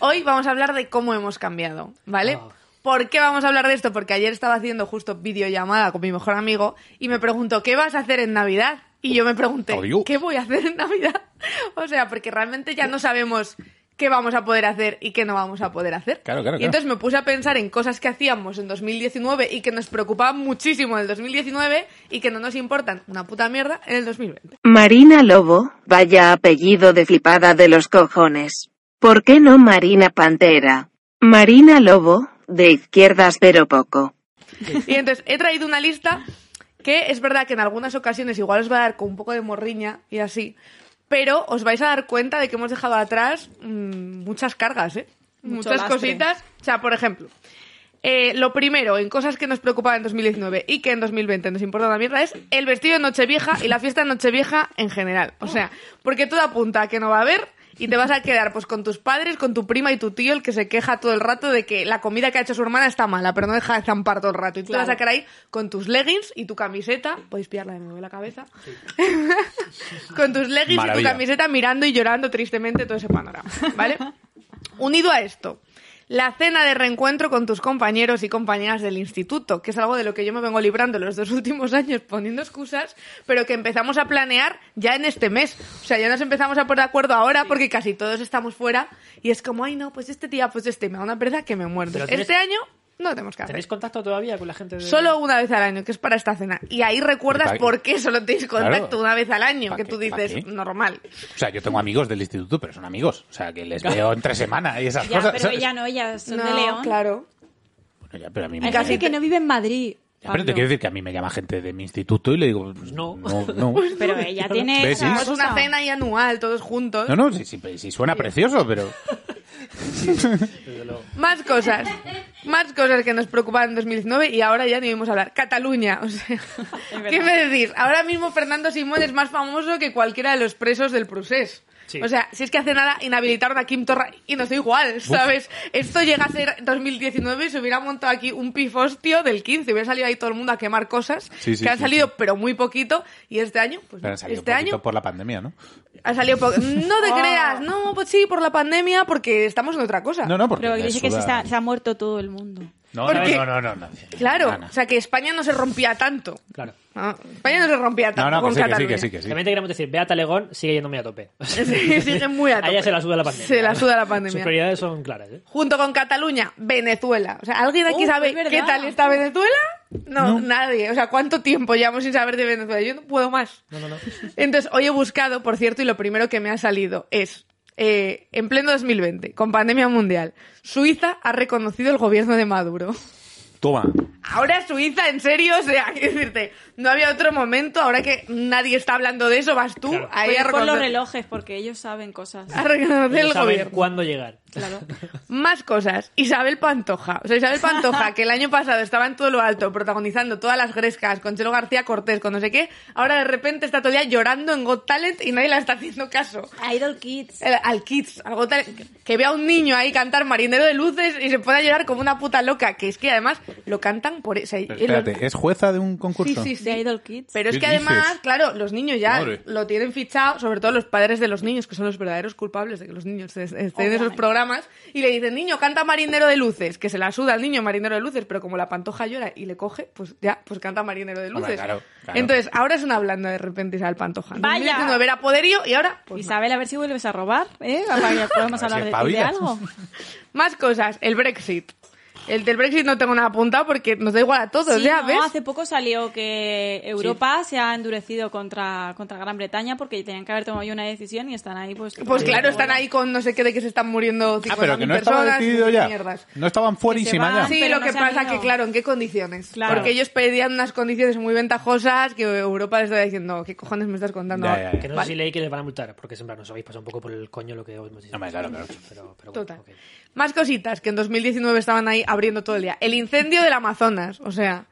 Speaker 4: Hoy vamos a hablar de cómo hemos cambiado, ¿vale?
Speaker 2: Ah.
Speaker 4: ¿Por qué vamos a hablar de esto? Porque ayer estaba haciendo justo videollamada con mi mejor amigo y me preguntó, ¿qué vas a hacer en Navidad? Y yo me pregunté,
Speaker 3: Obvio.
Speaker 4: ¿qué voy a hacer en Navidad? O sea, porque realmente ya no sabemos qué vamos a poder hacer y qué no vamos a poder hacer.
Speaker 3: Claro, claro,
Speaker 4: Y
Speaker 3: claro.
Speaker 4: entonces me puse a pensar en cosas que hacíamos en 2019 y que nos preocupaban muchísimo en el 2019 y que no nos importan una puta mierda en el 2020.
Speaker 6: Marina Lobo, vaya apellido de flipada de los cojones. ¿Por qué no Marina Pantera? Marina Lobo, de izquierdas pero poco.
Speaker 4: Y entonces he traído una lista que es verdad que en algunas ocasiones igual os va a dar con un poco de morriña y así, pero os vais a dar cuenta de que hemos dejado atrás mm, muchas cargas, ¿eh?
Speaker 1: Mucho
Speaker 4: muchas
Speaker 1: lastre.
Speaker 4: cositas. O sea, por ejemplo, eh, lo primero en cosas que nos preocupaban en 2019 y que en 2020 nos importa una mierda es el vestido de Nochevieja y la fiesta de Nochevieja en general. O sea, porque todo apunta a que no va a haber y te vas a quedar pues con tus padres, con tu prima y tu tío, el que se queja todo el rato de que la comida que ha hecho su hermana está mala, pero no deja de zampar todo el rato. Y tú te vas a quedar ahí con tus leggings y tu camiseta. Podéis pillarla de nuevo en la cabeza. con tus leggings y
Speaker 3: Maravilla.
Speaker 4: tu camiseta mirando y llorando tristemente todo ese panorama. ¿Vale? Unido a esto, la cena de reencuentro con tus compañeros y compañeras del instituto, que es algo de lo que yo me vengo librando los dos últimos años poniendo excusas, pero que empezamos a planear ya en este mes. O sea, ya nos empezamos a poner de acuerdo ahora porque casi todos estamos fuera y es como, ay no, pues este día, pues este, me da una pereza que me muerde.
Speaker 2: Pero tienes-
Speaker 4: Este año no lo tenemos que hacer.
Speaker 2: ¿Tenéis contacto todavía con la gente de.?
Speaker 4: Solo una vez al año, que es para esta cena. Y ahí recuerdas
Speaker 3: ¿Para qué?
Speaker 4: por qué solo tienes contacto
Speaker 3: Claro.
Speaker 4: una vez al año,
Speaker 3: ¿Para
Speaker 4: que
Speaker 3: qué?
Speaker 4: tú
Speaker 3: ¿Para
Speaker 4: dices,
Speaker 3: qué?
Speaker 4: normal.
Speaker 3: O sea, yo tengo amigos del instituto, pero son amigos. O sea, que les veo entre semana y esas
Speaker 1: Ya,
Speaker 3: cosas.
Speaker 1: pero
Speaker 3: ¿sabes?
Speaker 1: ella no, ella son
Speaker 4: no,
Speaker 1: de León.
Speaker 4: claro.
Speaker 3: Bueno, ya, pero a mí me
Speaker 1: Hay gente que no vive en Madrid.
Speaker 3: Ya, pero te
Speaker 1: Pablo.
Speaker 3: quiero decir que a mí me llama gente de mi instituto y le digo, pues
Speaker 2: no.
Speaker 3: no, no, no.
Speaker 1: Pero ella tiene.
Speaker 3: ¿Ves? Sí.
Speaker 1: esa
Speaker 4: Es una
Speaker 1: cosa.
Speaker 4: cena ahí anual, todos juntos.
Speaker 3: No, no, sí, sí, sí suena precioso, pero
Speaker 4: Más cosas. Más cosas que nos preocupaban en 2019 y ahora ya ni vimos hablar. Cataluña, o sea, ¿qué me decís? Ahora mismo Fernando Simón es más famoso que cualquiera de los presos del Prusés.
Speaker 2: Sí.
Speaker 4: O sea, si es que hace nada inhabilitaron a Kim Torra y nos da igual, ¿sabes? Esto llega a ser 2019 y se hubiera montado aquí un pifostio del 15. Hubiera salido ahí todo el mundo a quemar cosas
Speaker 3: Sí, sí,
Speaker 4: que han
Speaker 3: sí,
Speaker 4: salido,
Speaker 3: sí.
Speaker 4: pero muy poquito. Y este año, pues
Speaker 3: pero
Speaker 4: no.
Speaker 3: han salido
Speaker 4: este
Speaker 3: un poquito
Speaker 4: año
Speaker 3: por la pandemia, ¿no?
Speaker 4: ha salido po- No te creas, no, pues sí, por la pandemia, porque estamos en otra cosa.
Speaker 3: No, no, porque
Speaker 1: Pero
Speaker 3: les
Speaker 1: dice que se,
Speaker 3: suda-
Speaker 1: está- se ha muerto todo el mundo.
Speaker 3: No,
Speaker 4: ¿Por
Speaker 3: no,
Speaker 4: qué?
Speaker 3: no, no, no, no.
Speaker 4: Claro,
Speaker 3: Ana.
Speaker 4: o sea que España no se rompía tanto.
Speaker 2: Claro.
Speaker 4: Ah, España no se rompía
Speaker 3: no,
Speaker 4: tanto
Speaker 3: no,
Speaker 4: con
Speaker 3: que sí, que sí,
Speaker 4: Cataluña.
Speaker 3: que sí, que sí.
Speaker 2: También te queremos decir, Beata Legón sigue yéndome a tope.
Speaker 4: Sí, sigue muy a
Speaker 2: A
Speaker 4: tope.
Speaker 2: ella se la suda la pandemia.
Speaker 4: Se la suda la
Speaker 2: Sus
Speaker 4: pandemia.
Speaker 2: prioridades son claras, ¿eh?
Speaker 4: Junto con Cataluña, Venezuela. O sea, ¿alguien aquí
Speaker 1: Uh,
Speaker 4: sabe
Speaker 1: es verdad.
Speaker 4: qué tal está Venezuela? No, nadie. O sea, ¿cuánto tiempo llevamos sin saber de Venezuela? Yo no puedo más.
Speaker 2: No, no, no.
Speaker 4: Entonces, hoy he buscado, por cierto, y lo primero que me ha salido es, eh, en pleno 2020, con pandemia mundial, Suiza ha reconocido el gobierno de Maduro.
Speaker 3: Toma.
Speaker 4: Ahora Suiza, en serio, o sea, quiero decirte, no había otro momento, ahora que nadie está hablando de eso, vas tú
Speaker 2: Claro.
Speaker 4: ahí a
Speaker 1: Pues por los
Speaker 4: reconocer,
Speaker 1: relojes, porque ellos saben cosas.
Speaker 4: a reconocer
Speaker 2: Ellos
Speaker 4: el
Speaker 2: saben
Speaker 4: gobierno.
Speaker 2: cuándo llegar.
Speaker 1: Claro.
Speaker 4: Más cosas. Isabel Pantoja. O sea, Isabel Pantoja, que el año pasado estaba en todo lo alto, protagonizando todas las grescas, con Chelo García Cortés, con no sé qué, ahora de repente está todavía llorando en Got Talent y nadie la está haciendo caso.
Speaker 1: Idol Kids.
Speaker 4: El- al Kids, algo tal, que vea a un niño ahí cantar Marinero de Luces y se pueda llorar como una puta loca, que es que además lo cantan por... o sea,
Speaker 3: Pero
Speaker 4: y lo-
Speaker 3: espérate, ¿es jueza de un
Speaker 4: sí,
Speaker 3: concurso?
Speaker 4: sí, sí.
Speaker 1: De Idol Kids.
Speaker 4: Pero es
Speaker 3: ¿Qué
Speaker 4: que además,
Speaker 3: dices?
Speaker 4: claro, los niños ya
Speaker 3: Madre.
Speaker 4: lo tienen fichado, sobre todo los padres de los niños, que son los verdaderos culpables de que los niños es- estén en esos programas, y le dicen, niño, canta Marinero de Luces, que se la suda al niño Marinero de Luces, pero como la pantoja llora y le coge, pues ya, pues canta Marinero de
Speaker 3: Hombre,
Speaker 4: Luces.
Speaker 3: claro, claro.
Speaker 4: Entonces, ahora es una blanda de repente Isabel Pantoja.
Speaker 1: Vaya.
Speaker 4: Uno era poderío y ahora... pues, no.
Speaker 1: Isabel, a ver si vuelves a robar, ¿eh? Para que podamos
Speaker 3: A ver si
Speaker 1: hablar de, de
Speaker 3: espabilas.
Speaker 1: algo.
Speaker 4: Más cosas, el Brexit. El del Brexit no tengo nada apuntado porque nos da igual a todos,
Speaker 1: Sí,
Speaker 4: ya
Speaker 1: no,
Speaker 4: ves.
Speaker 1: hace poco salió que Europa se ha endurecido contra, contra Gran Bretaña porque tenían que haber tomado ya una decisión y están ahí, pues.
Speaker 4: Pues claro,
Speaker 1: bueno,
Speaker 4: están ahí con no sé qué de que se están muriendo 50.000
Speaker 3: Ah, pero que no estaba
Speaker 4: personas.
Speaker 3: decidido
Speaker 4: y
Speaker 3: ya.
Speaker 4: mierdas.
Speaker 3: No estaban fuerísima
Speaker 1: van.
Speaker 3: ya.
Speaker 1: Sí,
Speaker 4: Sí,
Speaker 1: pero
Speaker 4: lo
Speaker 1: no
Speaker 4: que
Speaker 1: se han
Speaker 4: pasa
Speaker 1: ido.
Speaker 4: que, claro, ¿en qué condiciones?
Speaker 1: Claro.
Speaker 4: Porque ellos pedían unas condiciones muy ventajosas que Europa les estaba diciendo, ¿qué cojones me estás contando?
Speaker 3: Ya,
Speaker 4: ahora?".
Speaker 3: ya,
Speaker 2: Que no
Speaker 4: Vale.
Speaker 2: sé si leí que les van a multar, porque siempre nos habéis pasado un poco por el coño lo que os hemos dicho.
Speaker 3: Hombre, claro, claro.
Speaker 2: Pero, pero bueno,
Speaker 4: Total.
Speaker 2: ok.
Speaker 4: Más cositas que en 2019 estaban ahí abriendo todo el día. El incendio del Amazonas, o sea,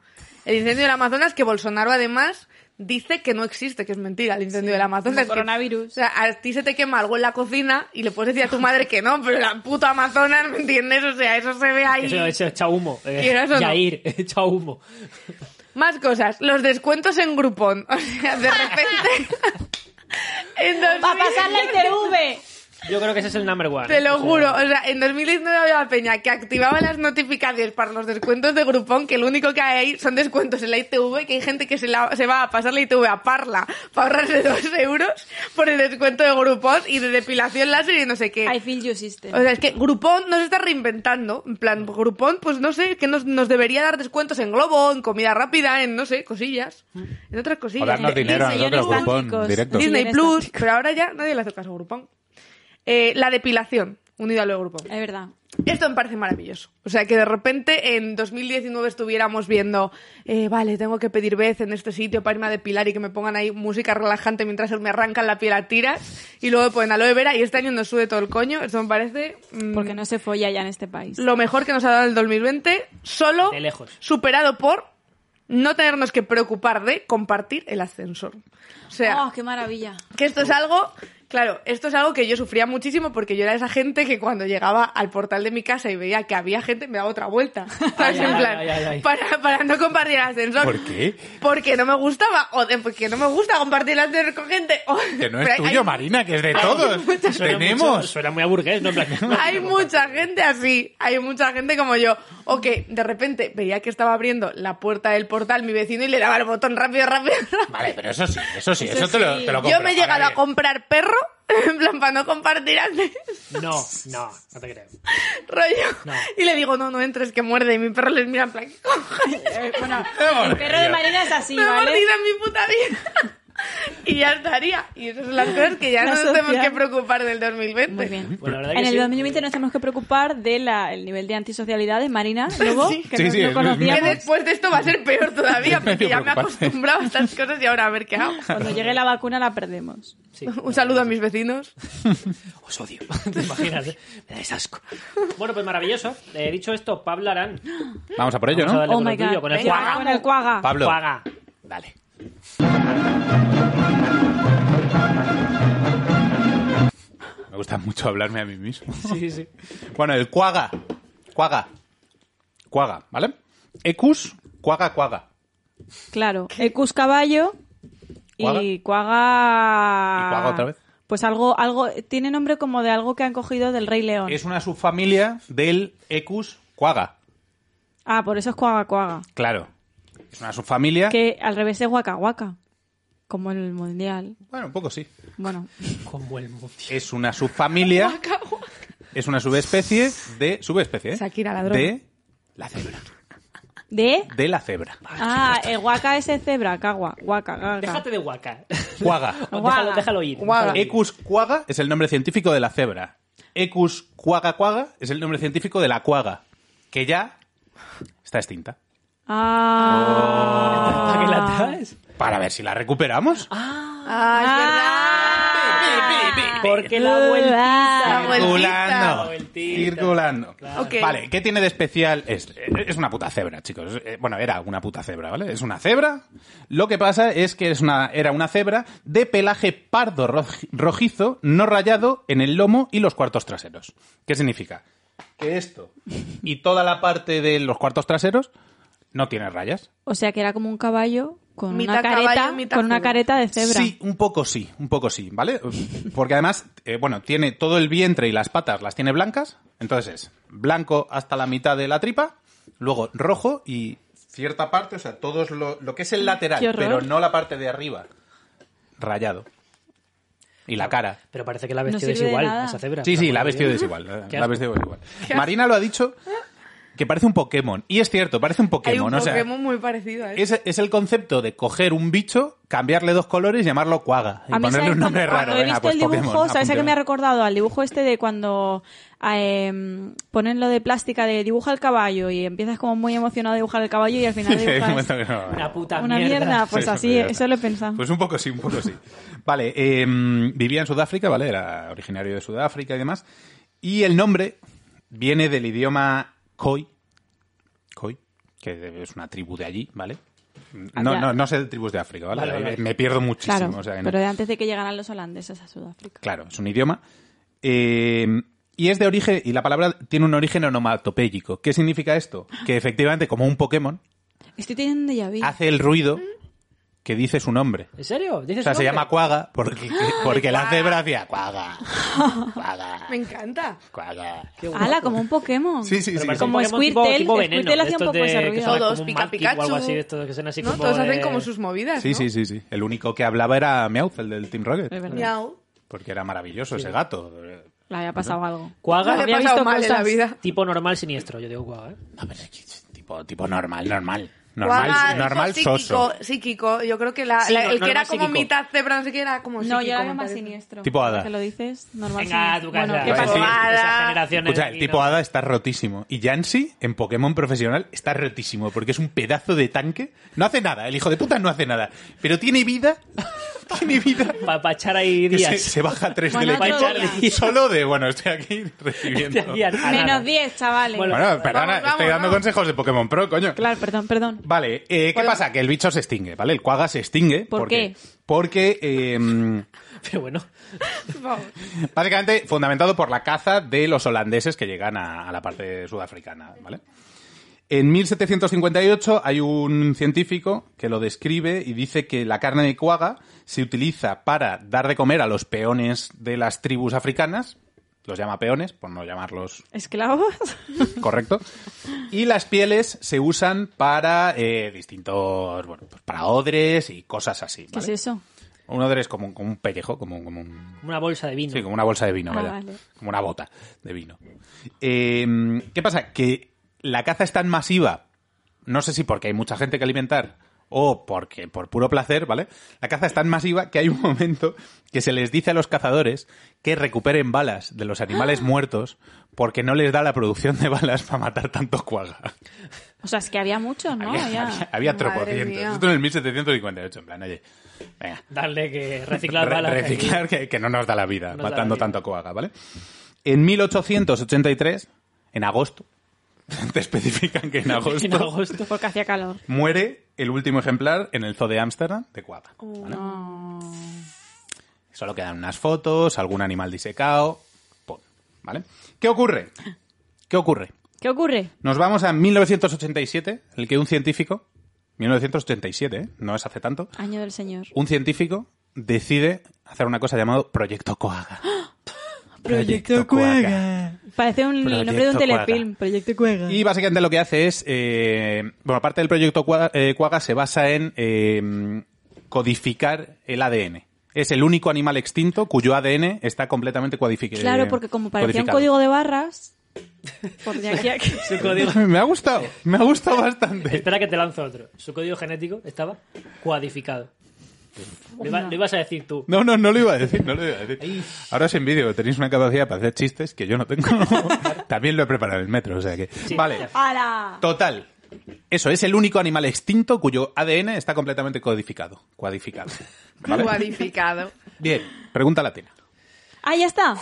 Speaker 4: el incendio del Amazonas que Bolsonaro además dice que no existe, que es mentira el incendio del Amazonas.
Speaker 1: como
Speaker 4: Es que-
Speaker 1: coronavirus.
Speaker 4: o sea, a ti se te quema algo en la cocina y le puedes decir a tu madre que no, pero la puta Amazonas, ¿me entiendes? O sea, eso se ve ahí.
Speaker 2: Eso, eso echa humo. Eh,
Speaker 4: Quieras o no.
Speaker 2: Yair, echa humo.
Speaker 4: Más cosas, los descuentos en Groupon. O sea, de repente. en 2000
Speaker 1: ¡Va a pasar la ITV!
Speaker 2: Yo creo que ese es el number one.
Speaker 4: Te
Speaker 2: ¿eh?
Speaker 4: lo
Speaker 2: O sea,
Speaker 4: juro, o sea, en 2019 había peña que activaba las notificaciones para los descuentos de Groupon, que lo único que hay ahí son descuentos en la ITV, que hay gente que se, la- se va a pasar la ITV a Parla para ahorrarse dos euros por el descuento de Groupon y de depilación láser y no sé qué.
Speaker 1: I feel you system.
Speaker 4: O sea, es que Groupon nos está reinventando. En plan, Groupon, pues no sé, que nos, nos debería dar descuentos en Globo, en comida rápida, en no sé, cosillas. En otras
Speaker 3: O
Speaker 4: cosillas.
Speaker 3: darnos
Speaker 4: Eh,
Speaker 3: dinero a
Speaker 1: Disney,
Speaker 3: nosotros,
Speaker 1: señores
Speaker 3: Groupon,
Speaker 1: tácticos.
Speaker 3: directo.
Speaker 1: Disney
Speaker 4: Disney
Speaker 1: Cosillas
Speaker 4: Plus,
Speaker 1: tácticas.
Speaker 4: pero ahora ya nadie le hace caso a Groupon. Eh, la depilación, unida a lo de Groupon.
Speaker 1: Es verdad.
Speaker 4: Esto me parece maravilloso. O sea, que de repente en 2019 estuviéramos viendo, eh, vale, tengo que pedir vez en este sitio para irme a depilar y que me pongan ahí música relajante mientras me arrancan la piel a tiras y luego ponen aloe vera y este año nos sube todo el coño. Esto me parece mm,
Speaker 1: Porque no se folla ya en este país.
Speaker 4: lo mejor que nos ha dado el 2020, solo
Speaker 2: De lejos.
Speaker 4: superado por no tenernos que preocupar de compartir el ascensor. O sea,
Speaker 1: ¡Oh, qué maravilla!
Speaker 4: que esto es algo, claro, esto es algo que yo sufría muchísimo porque yo era esa gente que cuando llegaba al portal de mi casa y veía que había gente, me daba otra vuelta. ¿Sabes?
Speaker 2: Ay,
Speaker 4: en
Speaker 2: ay,
Speaker 4: plan,
Speaker 2: ay, ay, ay.
Speaker 4: Para, para no compartir el ascensor.
Speaker 3: ¿Por qué?
Speaker 4: Porque no me gustaba, o de- porque no me gusta compartir el ascensor con gente. o-
Speaker 3: Que no es
Speaker 4: pero hay-
Speaker 3: tuyo, Marina, que es de todos.
Speaker 2: Suena mucho-
Speaker 3: Tenemos.
Speaker 2: suena muy a burgués, ¿no? En plan, no,
Speaker 4: Hay mucha gente así, hay mucha gente como yo, o que de repente veía que estaba abriendo la puerta del portal mi vecino y le daba el botón rápido, rápido, rápido.
Speaker 3: Vale, pero eso sí, eso sí, eso,
Speaker 1: Eso
Speaker 3: te lo,
Speaker 1: sí.
Speaker 3: te lo
Speaker 4: Yo
Speaker 3: compro.
Speaker 4: me he llegado
Speaker 3: Ahora
Speaker 4: a
Speaker 3: bien.
Speaker 4: comprar perro, en plan para no compartir antes.
Speaker 2: No, no, no te creo.
Speaker 4: rollo.
Speaker 2: No.
Speaker 4: Y le digo, no, no entres, que muerde. Y mi perro les mira en plan, ¿qué cojones?
Speaker 1: Eh, bueno,
Speaker 3: Vamos,
Speaker 1: el perro de
Speaker 3: tío.
Speaker 1: Marina es así,
Speaker 4: Me ha
Speaker 1: ¿vale?
Speaker 4: mordido en mi puta vida. y ya estaría. Y esas son las cosas que ya no
Speaker 1: La
Speaker 4: nos tenemos
Speaker 1: social.
Speaker 4: que preocupar del 2020.
Speaker 1: Muy bien.
Speaker 2: Pues, Bueno, la verdad
Speaker 1: En
Speaker 2: que
Speaker 1: el
Speaker 2: sí.
Speaker 1: 2020 nos tenemos que preocupar del nivel de antisocialidad de Marina Lobo,
Speaker 4: Sí.
Speaker 1: que
Speaker 3: Sí,
Speaker 1: no,
Speaker 3: sí,
Speaker 1: no
Speaker 3: es-
Speaker 4: Que
Speaker 1: conocíamos.
Speaker 4: después de esto va a ser peor todavía,
Speaker 3: Es medio
Speaker 4: porque ya me he
Speaker 3: preocupante.
Speaker 4: acostumbrado a estas cosas y ahora a ver qué hago.
Speaker 1: Cuando llegue la vacuna la perdemos.
Speaker 2: Sí.
Speaker 4: Un saludo a mis vecinos.
Speaker 2: Os odio. ¿Te imaginas? eh? Me dais asco. Bueno, pues maravilloso. Eh, dicho esto, Pablo Arán.
Speaker 3: Vamos a por ello,
Speaker 2: Vamos a
Speaker 3: ¿no?
Speaker 2: darle
Speaker 1: Oh
Speaker 2: con,
Speaker 1: my
Speaker 2: el tuyo,
Speaker 1: god.
Speaker 2: con el
Speaker 1: Venga,
Speaker 2: cuaga.
Speaker 1: con el cuaga.
Speaker 3: Pablo.
Speaker 2: Cuaga.
Speaker 3: Dale. Me gusta mucho hablarme a mí mismo.
Speaker 2: Sí, sí.
Speaker 3: Bueno, el cuaga. Cuaga. Cuaga, ¿vale? Ecus, cuaga, cuaga.
Speaker 1: Claro. El Cuscaballo y Cuaga.
Speaker 3: ¿Y cuaga otra vez?
Speaker 1: Pues algo, algo, tiene nombre como de algo que han cogido del Rey León.
Speaker 3: Es una subfamilia del Ecus, cuaga.
Speaker 1: Ah, por eso es Cuaga Cuaga.
Speaker 3: Claro. Es una subfamilia.
Speaker 1: Que al revés es Waka Waka. Como en el mundial.
Speaker 3: Bueno, un poco sí.
Speaker 1: Bueno,
Speaker 2: Como el mundial.
Speaker 3: Es una subfamilia. es una subespecie de. Subespecie, ¿eh?
Speaker 4: Shakira, la droga.
Speaker 3: De la cebra.
Speaker 1: ¿de?
Speaker 3: De la cebra.
Speaker 1: Ah, el Waka es el cebra, Cagua, Waka, Gaga.
Speaker 2: Déjate de guaca.
Speaker 3: Cuaga.
Speaker 2: Déjalo, déjalo ir.
Speaker 4: Guaga.
Speaker 2: déjalo ir.
Speaker 3: Ecus quaga es el nombre científico de la cebra. Ecus quaga quaga es el nombre científico de la cuaga, que ya está extinta.
Speaker 1: Ah.
Speaker 2: ¿Para qué la traes?
Speaker 3: Para ver si la recuperamos.
Speaker 4: Ah,
Speaker 2: Porque la vuelta.
Speaker 4: la
Speaker 3: circulando.
Speaker 2: vueltita.
Speaker 3: Circulando.
Speaker 4: Ok.
Speaker 3: Vale, ¿qué tiene de especial? Es, es una puta cebra, chicos. Eh, Bueno, era una puta cebra, ¿vale? Es una cebra. Lo que pasa es que es una, era una cebra de pelaje pardo roj- rojizo, no rayado, en el lomo y los cuartos traseros. ¿Qué significa? Que esto y toda la parte de los cuartos traseros no tiene rayas.
Speaker 1: O sea que era como un caballo con
Speaker 4: Mitad
Speaker 1: una careta,
Speaker 4: caballo, mitad
Speaker 1: con una
Speaker 4: cebra.
Speaker 1: careta de cebra.
Speaker 3: Sí, un poco sí, un poco sí, ¿vale? Porque además, eh, bueno, tiene todo el vientre y las patas las tiene blancas, entonces es blanco hasta la mitad de la tripa, luego rojo y cierta parte, o sea, todo es lo, lo que es el lateral,
Speaker 1: Qué horror.
Speaker 3: pero no la parte de arriba, rayado. Y la cara.
Speaker 2: Pero parece que la ha
Speaker 1: No
Speaker 2: vestido
Speaker 1: sirve de
Speaker 2: desigual
Speaker 1: nada.
Speaker 2: a esa cebra.
Speaker 3: Sí, sí, la ha
Speaker 2: ha
Speaker 3: vestido desigual. la-
Speaker 2: Qué
Speaker 3: La ha
Speaker 2: asco.
Speaker 3: vestido desigual. Marina lo ha dicho que parece un Pokémon. Y es cierto, parece un Pokémon.
Speaker 4: Hay un
Speaker 3: o sea,
Speaker 4: Pokémon muy parecido a este. eso.
Speaker 3: es, es el concepto de coger un bicho, cambiarle dos colores, llamarlo cuaga y
Speaker 1: A mí,
Speaker 3: ponerle
Speaker 1: ¿sabes?
Speaker 3: un nombre
Speaker 1: cuando,
Speaker 3: raro.
Speaker 1: Cuando he
Speaker 3: Venga,
Speaker 1: visto
Speaker 3: pues
Speaker 1: el dibujo,
Speaker 3: Pokémon,
Speaker 1: ¿sabes a qué me ha
Speaker 3: apuntemos.
Speaker 1: recordado? Al dibujo este de cuando em, ponen lo de plástica de dibuja el caballo y empiezas como muy emocionado a dibujar el caballo y al final
Speaker 3: Hay un
Speaker 1: dibujas
Speaker 3: momento que no.
Speaker 2: Una puta
Speaker 1: una
Speaker 2: mierda.
Speaker 1: mierda. Pues
Speaker 3: Sí,
Speaker 1: así,
Speaker 3: sí, ya está.
Speaker 1: eso lo he pensado.
Speaker 3: Pues un poco sí, un poco sí. Vale, eh, vivía en Sudáfrica, ¿vale? Era originario de Sudáfrica y demás. Y el nombre viene del idioma Khoi, Khoi, que es una tribu de allí, ¿vale? No,
Speaker 1: Allá.
Speaker 3: no, no sé de tribus de África, ¿vale?
Speaker 2: Vale, vale.
Speaker 3: Me pierdo muchísimo.
Speaker 1: claro,
Speaker 3: o sea que no.
Speaker 1: pero de antes de que llegaran los holandeses a Sudáfrica.
Speaker 3: Claro, es un idioma. Eh, y es de origen, y la palabra tiene un origen onomatopéyico. ¿Qué significa esto? Que efectivamente, como un Pokémon,
Speaker 1: Estoy teniendo ya vi.
Speaker 3: hace el ruido que dice su nombre.
Speaker 2: ¿En serio? ¿Dices
Speaker 3: O sea,
Speaker 2: su
Speaker 3: se
Speaker 2: nombre?
Speaker 3: llama Cuaga porque, porque la cebra hacía Cuaga. Cuaga.
Speaker 4: Me encanta.
Speaker 3: Cuaga.
Speaker 2: Qué guapo.
Speaker 1: ¡Hala! Como un Pokémon.
Speaker 3: Sí, sí, sí.
Speaker 2: Pero
Speaker 3: sí.
Speaker 2: parece
Speaker 1: Como
Speaker 2: un Pokémon tipo-
Speaker 1: Squirtle,
Speaker 2: tipo veneno,
Speaker 1: Squirtle hacía
Speaker 2: de
Speaker 1: un poco
Speaker 2: estos
Speaker 1: ese
Speaker 2: de- que
Speaker 1: ruido.
Speaker 2: suena como
Speaker 4: Todos,
Speaker 2: un
Speaker 4: pica
Speaker 2: Malkick o algo
Speaker 4: Pikachu.
Speaker 2: así, de estos que suenan así
Speaker 4: ¿No?
Speaker 2: como
Speaker 4: Todos
Speaker 2: de-
Speaker 4: hacen como sus movidas.
Speaker 3: Sí,
Speaker 4: ¿no?
Speaker 3: sí, sí, sí. El único que hablaba era Meowth, el del Team Rocket.
Speaker 1: Es verdad.
Speaker 4: Miau.
Speaker 3: Porque era maravilloso ese gato.
Speaker 1: Le había pasado algo.
Speaker 2: Cuaga,
Speaker 4: No le
Speaker 1: Había
Speaker 4: he pasado
Speaker 1: visto
Speaker 4: mal en la
Speaker 1: cosas.
Speaker 4: vida.
Speaker 2: tipo normal siniestro, yo digo Cuaga. ¿eh?
Speaker 3: No, pero es que es tipo, tipo normal, normal. Normal,
Speaker 4: Guaga,
Speaker 3: normal
Speaker 4: psíquico,
Speaker 3: soso.
Speaker 4: Psíquico, yo creo que la,
Speaker 2: Sí,
Speaker 4: la-
Speaker 2: no,
Speaker 4: el que era
Speaker 2: normal
Speaker 4: como
Speaker 2: psíquico.
Speaker 4: mitad cebra, no sé qué, era como
Speaker 1: No, yo
Speaker 4: psíquico,
Speaker 1: era
Speaker 4: me
Speaker 1: más
Speaker 4: parece.
Speaker 1: siniestro.
Speaker 3: Tipo hada.
Speaker 1: Ahora Que lo dices, normal
Speaker 2: Venga,
Speaker 1: siniestro.
Speaker 2: tu casa.
Speaker 1: Bueno, ¿qué
Speaker 3: Iba a
Speaker 1: pasó?
Speaker 3: decir-
Speaker 2: Esas
Speaker 4: Hada.
Speaker 2: generaciones
Speaker 3: Escucha, el
Speaker 2: aquí
Speaker 3: tipo
Speaker 2: no-
Speaker 3: Hada está rotísimo. Y Yancy, en Pokémon profesional, está rotísimo. Porque es un pedazo de tanque. No hace nada. El hijo de puta no hace nada. Pero tiene vida. tiene vida.
Speaker 2: Pa- pa' echar ahí
Speaker 3: Que se,
Speaker 2: días.
Speaker 3: se baja tres
Speaker 1: Bueno,
Speaker 3: del
Speaker 1: otro
Speaker 3: equipo.
Speaker 2: día.
Speaker 3: Solo de, bueno, estoy aquí recibiendo.
Speaker 2: Te hacían a nada.
Speaker 1: Menos 10, chavales.
Speaker 2: Bueno,
Speaker 3: Bueno, perdona,
Speaker 4: Vamos, vamos,
Speaker 3: estoy dando
Speaker 4: vamos.
Speaker 3: consejos de Pokémon Pro, coño.
Speaker 1: Claro, perdón, perdón.
Speaker 3: Vale, eh, ¿qué
Speaker 4: Podemos-
Speaker 3: pasa? Que el bicho se extingue, ¿vale? El cuaga se extingue.
Speaker 1: ¿Por
Speaker 3: porque-
Speaker 1: qué?
Speaker 3: Porque, eh,
Speaker 2: Pero bueno,
Speaker 4: Por favor.
Speaker 3: básicamente fundamentado por la caza de los holandeses que llegan a, a la parte sudafricana, ¿vale? En 1758 hay un científico que lo describe y dice que la carne de cuaga se utiliza para dar de comer a los peones de las tribus africanas, los llama peones, por no llamarlos
Speaker 1: ¿Esclavos?
Speaker 3: correcto. Y las pieles se usan para eh, distintos, bueno, pues para odres y cosas así.
Speaker 1: ¿Qué es
Speaker 3: ¿vale?
Speaker 1: eso?
Speaker 3: Un odre es como, un- como un pellejo, como, como un...
Speaker 2: como una bolsa de vino.
Speaker 3: Sí, como una bolsa de vino,
Speaker 1: Ah,
Speaker 3: vaya.
Speaker 1: vale.
Speaker 3: Como una bota de vino. Eh, ¿Qué pasa? Que la caza es tan masiva, no sé si porque hay mucha gente que alimentar o porque por puro placer, ¿vale? La caza es tan masiva que hay un momento que se les dice a los cazadores que recuperen balas de los animales muertos porque no les da la producción de balas para matar tantos cuagas.
Speaker 1: O sea, es que había muchos, ¿no?
Speaker 3: había
Speaker 1: Había-
Speaker 3: había, había
Speaker 4: Madre
Speaker 3: tropocientos.
Speaker 4: mía.
Speaker 3: Esto en el 1758, en plan, oye, venga,
Speaker 2: Darle que reciclar
Speaker 3: Re-
Speaker 2: balas.
Speaker 3: reciclar que, que no nos da la vida,
Speaker 2: Nos da la
Speaker 3: matando
Speaker 2: vida.
Speaker 3: tanto coaga, ¿vale? En 1883, en agosto, te especifican que en agosto,
Speaker 2: En agosto.
Speaker 1: Porque hacía calor.
Speaker 3: muere el último ejemplar en el zoo de Ámsterdam de coaga.
Speaker 2: Oh.
Speaker 3: ¿vale? Solo quedan unas fotos, algún animal disecado, pum, ¿vale? ¿Qué ocurre? ¿Qué ocurre?
Speaker 1: ¿Qué ocurre?
Speaker 3: Nos vamos a 1987, en el que un científico, 1987, ¿eh? no es hace tanto,
Speaker 1: Año del Señor.
Speaker 3: un científico decide hacer una cosa llamado Proyecto Coaga. Proyecto Coaga.
Speaker 1: Parece un el nombre de un
Speaker 3: Proyecto
Speaker 1: telefilm.
Speaker 3: Cuaga.
Speaker 1: Proyecto Cuega.
Speaker 3: Y básicamente lo que hace es, eh, bueno, parte del proyecto Cua- eh, Cuaga se basa en eh, codificar el ADN. Es el único animal extinto cuyo ADN está completamente eh, codificado.
Speaker 1: Claro, porque como parecía un código de barras, por de aquí a aquí-
Speaker 2: Su código...
Speaker 3: Me ha gustado, me ha gustado bastante.
Speaker 2: Espera que te lanzo otro. Su código genético estaba codificado. Lo, iba- lo ibas a decir tú.
Speaker 3: No, no, no lo iba a decir, no lo iba a decir. Ahora os envidio, tenéis una capacidad para hacer chistes que yo no tengo. También lo he preparado en el metro, o sea que... vale.
Speaker 1: ¡Hala!
Speaker 3: Total. Eso es el único animal extinto cuyo ADN está completamente codificado. Codificado. ¿Vale?
Speaker 4: Cuadrificado.
Speaker 3: Bien, pregunta latina.
Speaker 1: ¡Ah, ya está!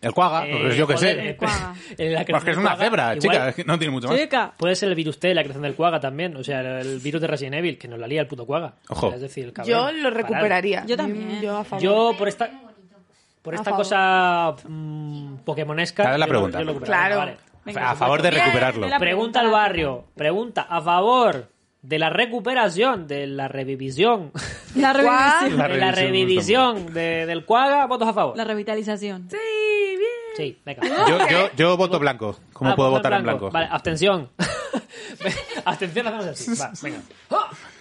Speaker 3: El cuaga,
Speaker 2: Eh,
Speaker 3: pues yo qué
Speaker 2: joder,
Speaker 3: sé.
Speaker 2: eh,
Speaker 1: Cuaga.
Speaker 2: en la
Speaker 3: Porque es
Speaker 2: creación
Speaker 3: una
Speaker 2: cuaga,
Speaker 3: cebra,
Speaker 2: igual
Speaker 3: chica, es que no tiene mucho más.
Speaker 1: Chica.
Speaker 2: Puede ser el virus T, la creación del cuaga también. O sea, el virus de Resident Evil, que nos la lía el puto cuaga.
Speaker 3: Ojo.
Speaker 2: O sea, Es decir, el cabrón.
Speaker 4: Yo lo
Speaker 2: Parar.
Speaker 4: recuperaría.
Speaker 1: Yo también.
Speaker 4: Yo a favor.
Speaker 2: Yo, por esta, por
Speaker 4: pues. A
Speaker 2: esta
Speaker 4: favor.
Speaker 2: cosa mm, pokémonesca...
Speaker 3: Cada vez la
Speaker 2: yo lo-
Speaker 3: pregunta.
Speaker 2: yo lo recuperaría.
Speaker 4: Claro.
Speaker 2: Vale.
Speaker 3: a favor de
Speaker 1: pues, Bien,
Speaker 3: recuperarlo.
Speaker 1: de la-
Speaker 2: Pregunta al barrio. Pregunta a favor de la recuperación, de la revivisión,
Speaker 1: La, revitalización.
Speaker 3: La
Speaker 2: de la
Speaker 3: revisión,
Speaker 2: revivisión de- del cuaga. ¿Votos a favor?
Speaker 1: la revitalización.
Speaker 2: Sí, venga.
Speaker 3: Yo, yo, yo voto blanco. ¿Cómo
Speaker 2: Ah,
Speaker 3: puedo
Speaker 2: voto
Speaker 3: votar en blanco?
Speaker 2: Vale, abstención. abstención hacemos así. Va, venga.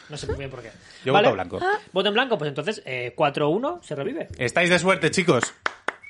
Speaker 2: No sé muy bien por qué.
Speaker 3: Yo
Speaker 2: ¿Vale?
Speaker 3: voto blanco.
Speaker 2: Voto en blanco, pues entonces eh, 4-1 se revive.
Speaker 3: Estáis de suerte, chicos.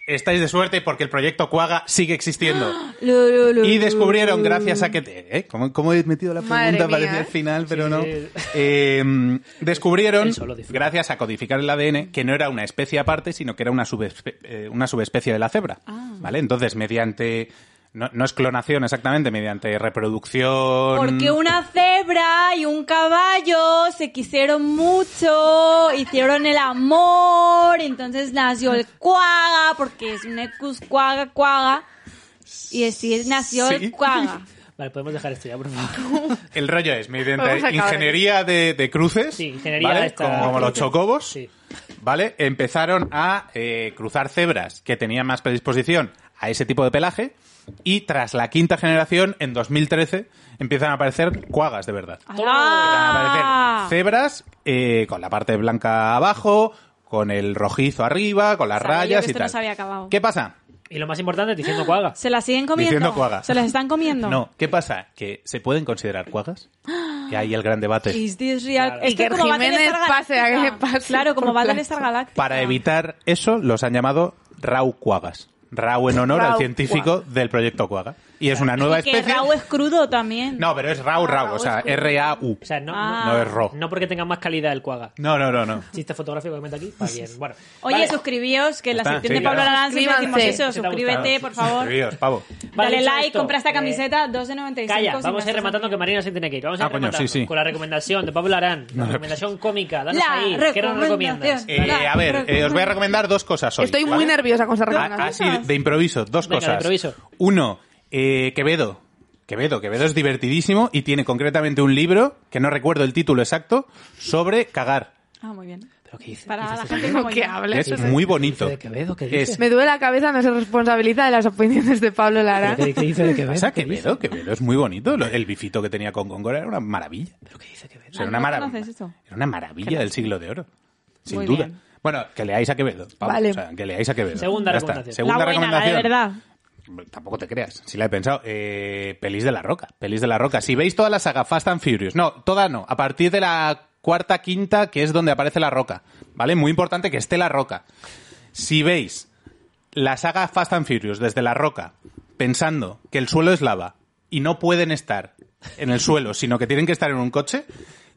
Speaker 3: Estáis de suerte porque el proyecto Cuaga sigue existiendo.
Speaker 1: Lu, lu, lu,
Speaker 3: Y
Speaker 1: lu.
Speaker 3: descubrieron, gracias a que. te- ¿eh? ¿Cómo, cómo he metido la
Speaker 4: Madre
Speaker 3: pregunta?
Speaker 4: mía,
Speaker 3: Parece el
Speaker 4: ¿eh?
Speaker 3: final, pero
Speaker 2: Sí,
Speaker 3: no.
Speaker 2: sí.
Speaker 3: Eh, descubrieron,
Speaker 2: Él solo disfruta.
Speaker 3: gracias a codificar el ADN, que no era una especie aparte, sino que era una, subespe- eh, una subespecie de la cebra.
Speaker 4: Ah.
Speaker 3: ¿Vale? Entonces, mediante. No, no es clonación exactamente, mediante reproducción.
Speaker 1: Porque una cebra y un caballo se quisieron mucho, hicieron el amor, entonces nació el cuaga, porque es un ecus cuaga cuaga, y así nació
Speaker 3: Sí.
Speaker 1: el cuaga.
Speaker 2: Vale, podemos dejar esto ya, por favor.
Speaker 3: El rollo es mediante
Speaker 4: Vamos a acabar
Speaker 3: ingeniería de, de cruces,
Speaker 2: Sí, ingeniería
Speaker 3: ¿vale?
Speaker 2: esta-
Speaker 3: como, como los
Speaker 2: cruces.
Speaker 3: chocobos,
Speaker 2: Sí.
Speaker 3: ¿vale? Empezaron a eh, cruzar cebras que tenían más predisposición a ese tipo de pelaje y tras la quinta generación, en 2013, empiezan a aparecer cuagas de verdad. Van a
Speaker 1: Ah. ¡Hala!
Speaker 3: aparecer cebras eh, con la parte blanca abajo, con el rojizo arriba, con las
Speaker 1: Sabía yo
Speaker 3: rayas
Speaker 1: que
Speaker 3: y
Speaker 1: esto
Speaker 3: tal.
Speaker 1: no se había acabado.
Speaker 3: ¿Qué pasa?
Speaker 2: Y lo más importante, diciendo cuaga.
Speaker 1: ¿Se las siguen comiendo?
Speaker 3: Diciendo cuagas.
Speaker 1: ¿Se las están comiendo?
Speaker 3: No, ¿qué pasa? Que se pueden considerar cuagas. Que hay el gran debate.
Speaker 1: Is this real?
Speaker 2: Claro.
Speaker 1: Es
Speaker 4: Y que
Speaker 1: como
Speaker 4: Jiménez
Speaker 1: Battlestar
Speaker 4: pase a-
Speaker 1: Galactica.
Speaker 4: pase
Speaker 1: Claro, como
Speaker 4: por
Speaker 1: va a
Speaker 4: plato.
Speaker 1: Star Galactica.
Speaker 3: Para evitar eso, los han llamado Rau Cuagas. Rau en honor al
Speaker 4: Rau
Speaker 3: científico del proyecto Cuaga. Y es una nueva
Speaker 1: Y que
Speaker 3: especie.
Speaker 1: Rao es crudo también.
Speaker 3: No, pero es Rau Rau, o sea, R-A-U.
Speaker 2: O sea, no,
Speaker 1: Ah.
Speaker 3: No es Ro.
Speaker 2: no porque tenga más calidad el cuaga.
Speaker 3: No, no, no, no.
Speaker 2: Chiste fotográfico que mete aquí, va bien. Bueno,
Speaker 1: Oye,
Speaker 2: vale.
Speaker 1: suscribíos, que en la
Speaker 3: Está,
Speaker 1: sección
Speaker 3: sí,
Speaker 1: de Pablo
Speaker 3: claro.
Speaker 1: Larán siempre decimos
Speaker 4: Suscríbanse.
Speaker 1: eso.
Speaker 2: Si te ha
Speaker 1: Suscríbete,
Speaker 2: gustado.
Speaker 1: por favor.
Speaker 3: Dios, pavo.
Speaker 2: Vale,
Speaker 1: Dale
Speaker 2: dicho
Speaker 1: like,
Speaker 2: esto,
Speaker 1: compra esta
Speaker 2: eh,
Speaker 1: camiseta, 2,95.
Speaker 2: Calla,
Speaker 1: sin
Speaker 2: vamos a ir
Speaker 1: gastos
Speaker 2: rematando que
Speaker 1: en
Speaker 2: Marina se tiene que ir. Vamos a
Speaker 3: Ah,
Speaker 2: ir
Speaker 3: coño,
Speaker 2: rematando
Speaker 3: sí, sí.
Speaker 2: con la recomendación de Pablo Arán. La recomendación cómica. Danos
Speaker 1: La
Speaker 2: ahí. ¿Qué nos recomiendas?
Speaker 1: recomendación.
Speaker 3: Eh, a ver, eh, os voy a recomendar dos cosas hoy.
Speaker 4: Estoy muy
Speaker 3: ¿vale?
Speaker 4: nerviosa con esa
Speaker 3: Ah,
Speaker 4: recomendación.
Speaker 3: Así, de improviso, dos
Speaker 2: Venga, de
Speaker 3: cosas.
Speaker 2: improviso.
Speaker 3: Uno, eh, Quevedo. Quevedo, Quevedo es divertidísimo y tiene concretamente un libro, que no recuerdo el título exacto, sobre cagar.
Speaker 1: Ah, muy bien.
Speaker 2: ¿Pero qué dices?
Speaker 1: Para la
Speaker 2: ¿Dices
Speaker 1: gente
Speaker 4: Lo
Speaker 1: como
Speaker 4: que
Speaker 1: yo.
Speaker 4: hablas.
Speaker 3: Es muy bonito.
Speaker 2: de Quevedo? ¿Qué
Speaker 3: Es-
Speaker 2: dices?
Speaker 4: Me duele la cabeza, no se responsabiliza de las opiniones de Pablo Lara.
Speaker 2: ¿Qué, qué dice de Quevedo?
Speaker 3: pasa?
Speaker 2: ¿Qué dice?
Speaker 3: Quevedo, Quevedo es muy bonito. Lo- El bifito que tenía con Góngora era una maravilla.
Speaker 2: ¿Pero qué dice Quevedo?
Speaker 3: O sea, era,
Speaker 1: Ah,
Speaker 3: una
Speaker 1: ¿no
Speaker 3: mara-
Speaker 1: conoces eso?
Speaker 3: era una maravilla del siglo de oro. Sin
Speaker 1: Muy
Speaker 3: duda.
Speaker 1: bien.
Speaker 3: Bueno, que leáis a Quevedo. Vamos,
Speaker 4: Vale.
Speaker 3: o sea, que leáis a Quevedo.
Speaker 2: Segunda
Speaker 3: Ya está.
Speaker 2: recomendación.
Speaker 3: Segunda
Speaker 1: la buena, la de
Speaker 3: recomendación.
Speaker 1: verdad.
Speaker 3: Tampoco te creas, si la he pensado. Eh, pelis de la Roca, pelis de la Roca. Si veis toda la saga Fast and Furious, no, toda no, a partir de la cuarta, quinta, que es donde aparece la Roca, ¿vale? Muy importante que esté la Roca. Si veis la saga Fast and Furious desde la Roca, pensando que el suelo es lava y no pueden estar en el suelo, sino que tienen que estar en un coche,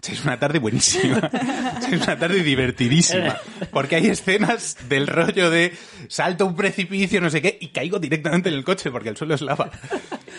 Speaker 3: es una tarde buenísima. Es una tarde divertidísima. Porque hay escenas del rollo de salto a un precipicio, no sé qué, y caigo directamente en el coche porque el suelo es lava.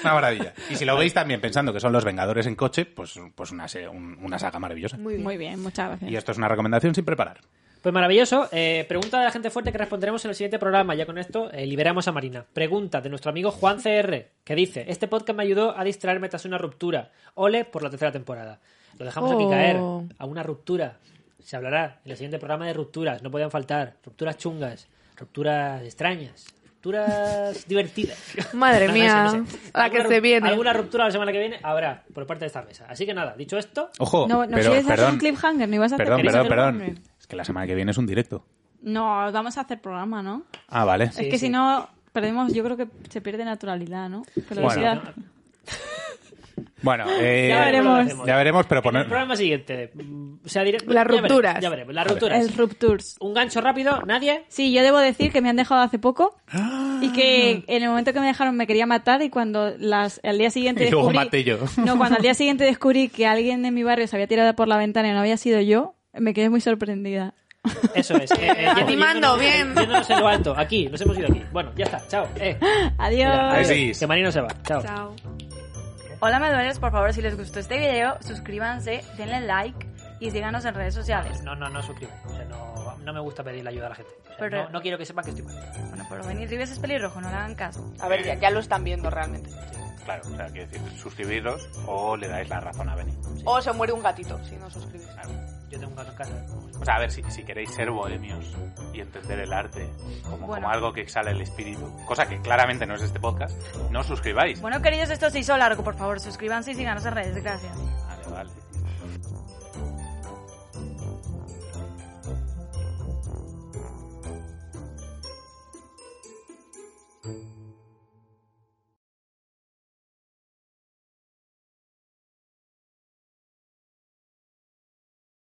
Speaker 3: Una maravilla. Y si lo veis también pensando que son los Vengadores en coche, pues, pues una, se- un- una saga maravillosa.
Speaker 4: Muy bien.
Speaker 1: Muy bien, muchas gracias.
Speaker 3: Y esto es una recomendación sin preparar.
Speaker 2: Pues maravilloso. Eh, pregunta de la gente fuerte que responderemos en el siguiente programa. Ya con esto eh, liberamos a Marina. Pregunta de nuestro amigo Juan CR, que dice: Este podcast me ayudó a distraerme tras una ruptura. Ole por la tercera temporada. Lo dejamos aquí
Speaker 4: Oh.
Speaker 2: caer. A una ruptura. Se hablará en el siguiente programa de rupturas. No podían faltar. Rupturas chungas. Rupturas extrañas. Rupturas divertidas.
Speaker 4: Madre mía, la que
Speaker 2: Alguna
Speaker 4: se
Speaker 2: ru-
Speaker 4: viene.
Speaker 2: Alguna ruptura la semana que viene habrá por parte de esta mesa. Así que nada, dicho esto,
Speaker 3: Ojo,
Speaker 1: No, no
Speaker 3: pero,
Speaker 1: quieres hacer
Speaker 3: perdón,
Speaker 1: un cliffhanger, no ibas a hacer
Speaker 3: perdón,
Speaker 2: ¿Queréis
Speaker 3: perdón,
Speaker 2: hacer un
Speaker 3: perdón. Es que la semana que viene es un directo.
Speaker 1: No, vamos a hacer programa, ¿no?
Speaker 3: Ah, vale.
Speaker 1: es que
Speaker 2: sí.
Speaker 1: si no, perdemos, yo creo que se pierde naturalidad, ¿no? Velocidad.
Speaker 3: Bueno, eh,
Speaker 1: Ya veremos.
Speaker 3: Ya veremos, pero
Speaker 2: En el
Speaker 3: poner...
Speaker 2: programa siguiente. mm, O sea, directo-
Speaker 4: Las
Speaker 2: ya veremos,
Speaker 4: rupturas.
Speaker 2: Ya veremos, las rupturas.
Speaker 1: El Ruptures.
Speaker 2: Un gancho rápido, nadie.
Speaker 1: Sí, yo debo decir que me han dejado hace poco y
Speaker 3: Ah.
Speaker 1: que en el momento que me dejaron me quería matar y cuando las al día siguiente
Speaker 3: Y luego
Speaker 1: descubrí-
Speaker 3: maté yo.
Speaker 1: No, cuando al día siguiente descubrí que alguien de mi barrio se había tirado por la ventana y no había sido yo, me quedé muy sorprendida.
Speaker 2: Eso es. eh, eh, yendo-
Speaker 4: Animando,
Speaker 2: yéndonos-
Speaker 4: bien.
Speaker 2: Yéndonos en lo alto. Aquí, nos hemos ido aquí. Bueno, ya está. Chao. Eh.
Speaker 1: Adiós.
Speaker 3: Ahí sí.
Speaker 2: Que Marino se va. Chao.
Speaker 4: Chao.
Speaker 7: Hola meduelos, por favor, si les gustó este video, suscríbanse, denle like y síganos en redes sociales.
Speaker 2: No, no, no suscribo. O sea, no, no me gusta pedirle ayuda a la gente. O sea,
Speaker 7: Pero-
Speaker 2: no, no quiero que sepan que estoy mal.
Speaker 7: Bueno, pero venir Ribes es pelirrojo, no le hagan caso.
Speaker 4: A ver, ya, ya lo están viendo realmente.
Speaker 3: Claro, o sea, quiero decir, suscribiros o le dais la razón a Benny.
Speaker 4: O se muere un gatito si no suscribes.
Speaker 2: Yo tengo un gato en casa.
Speaker 3: O sea, a ver, si, si queréis ser bohemios y entender el arte como,
Speaker 7: Bueno.
Speaker 3: como algo que exhala el espíritu, cosa que claramente no es este podcast, no os suscribáis.
Speaker 7: Bueno, queridos, esto se hizo largo, por favor, suscríbanse y síganos en redes, gracias.
Speaker 3: Vale, vale.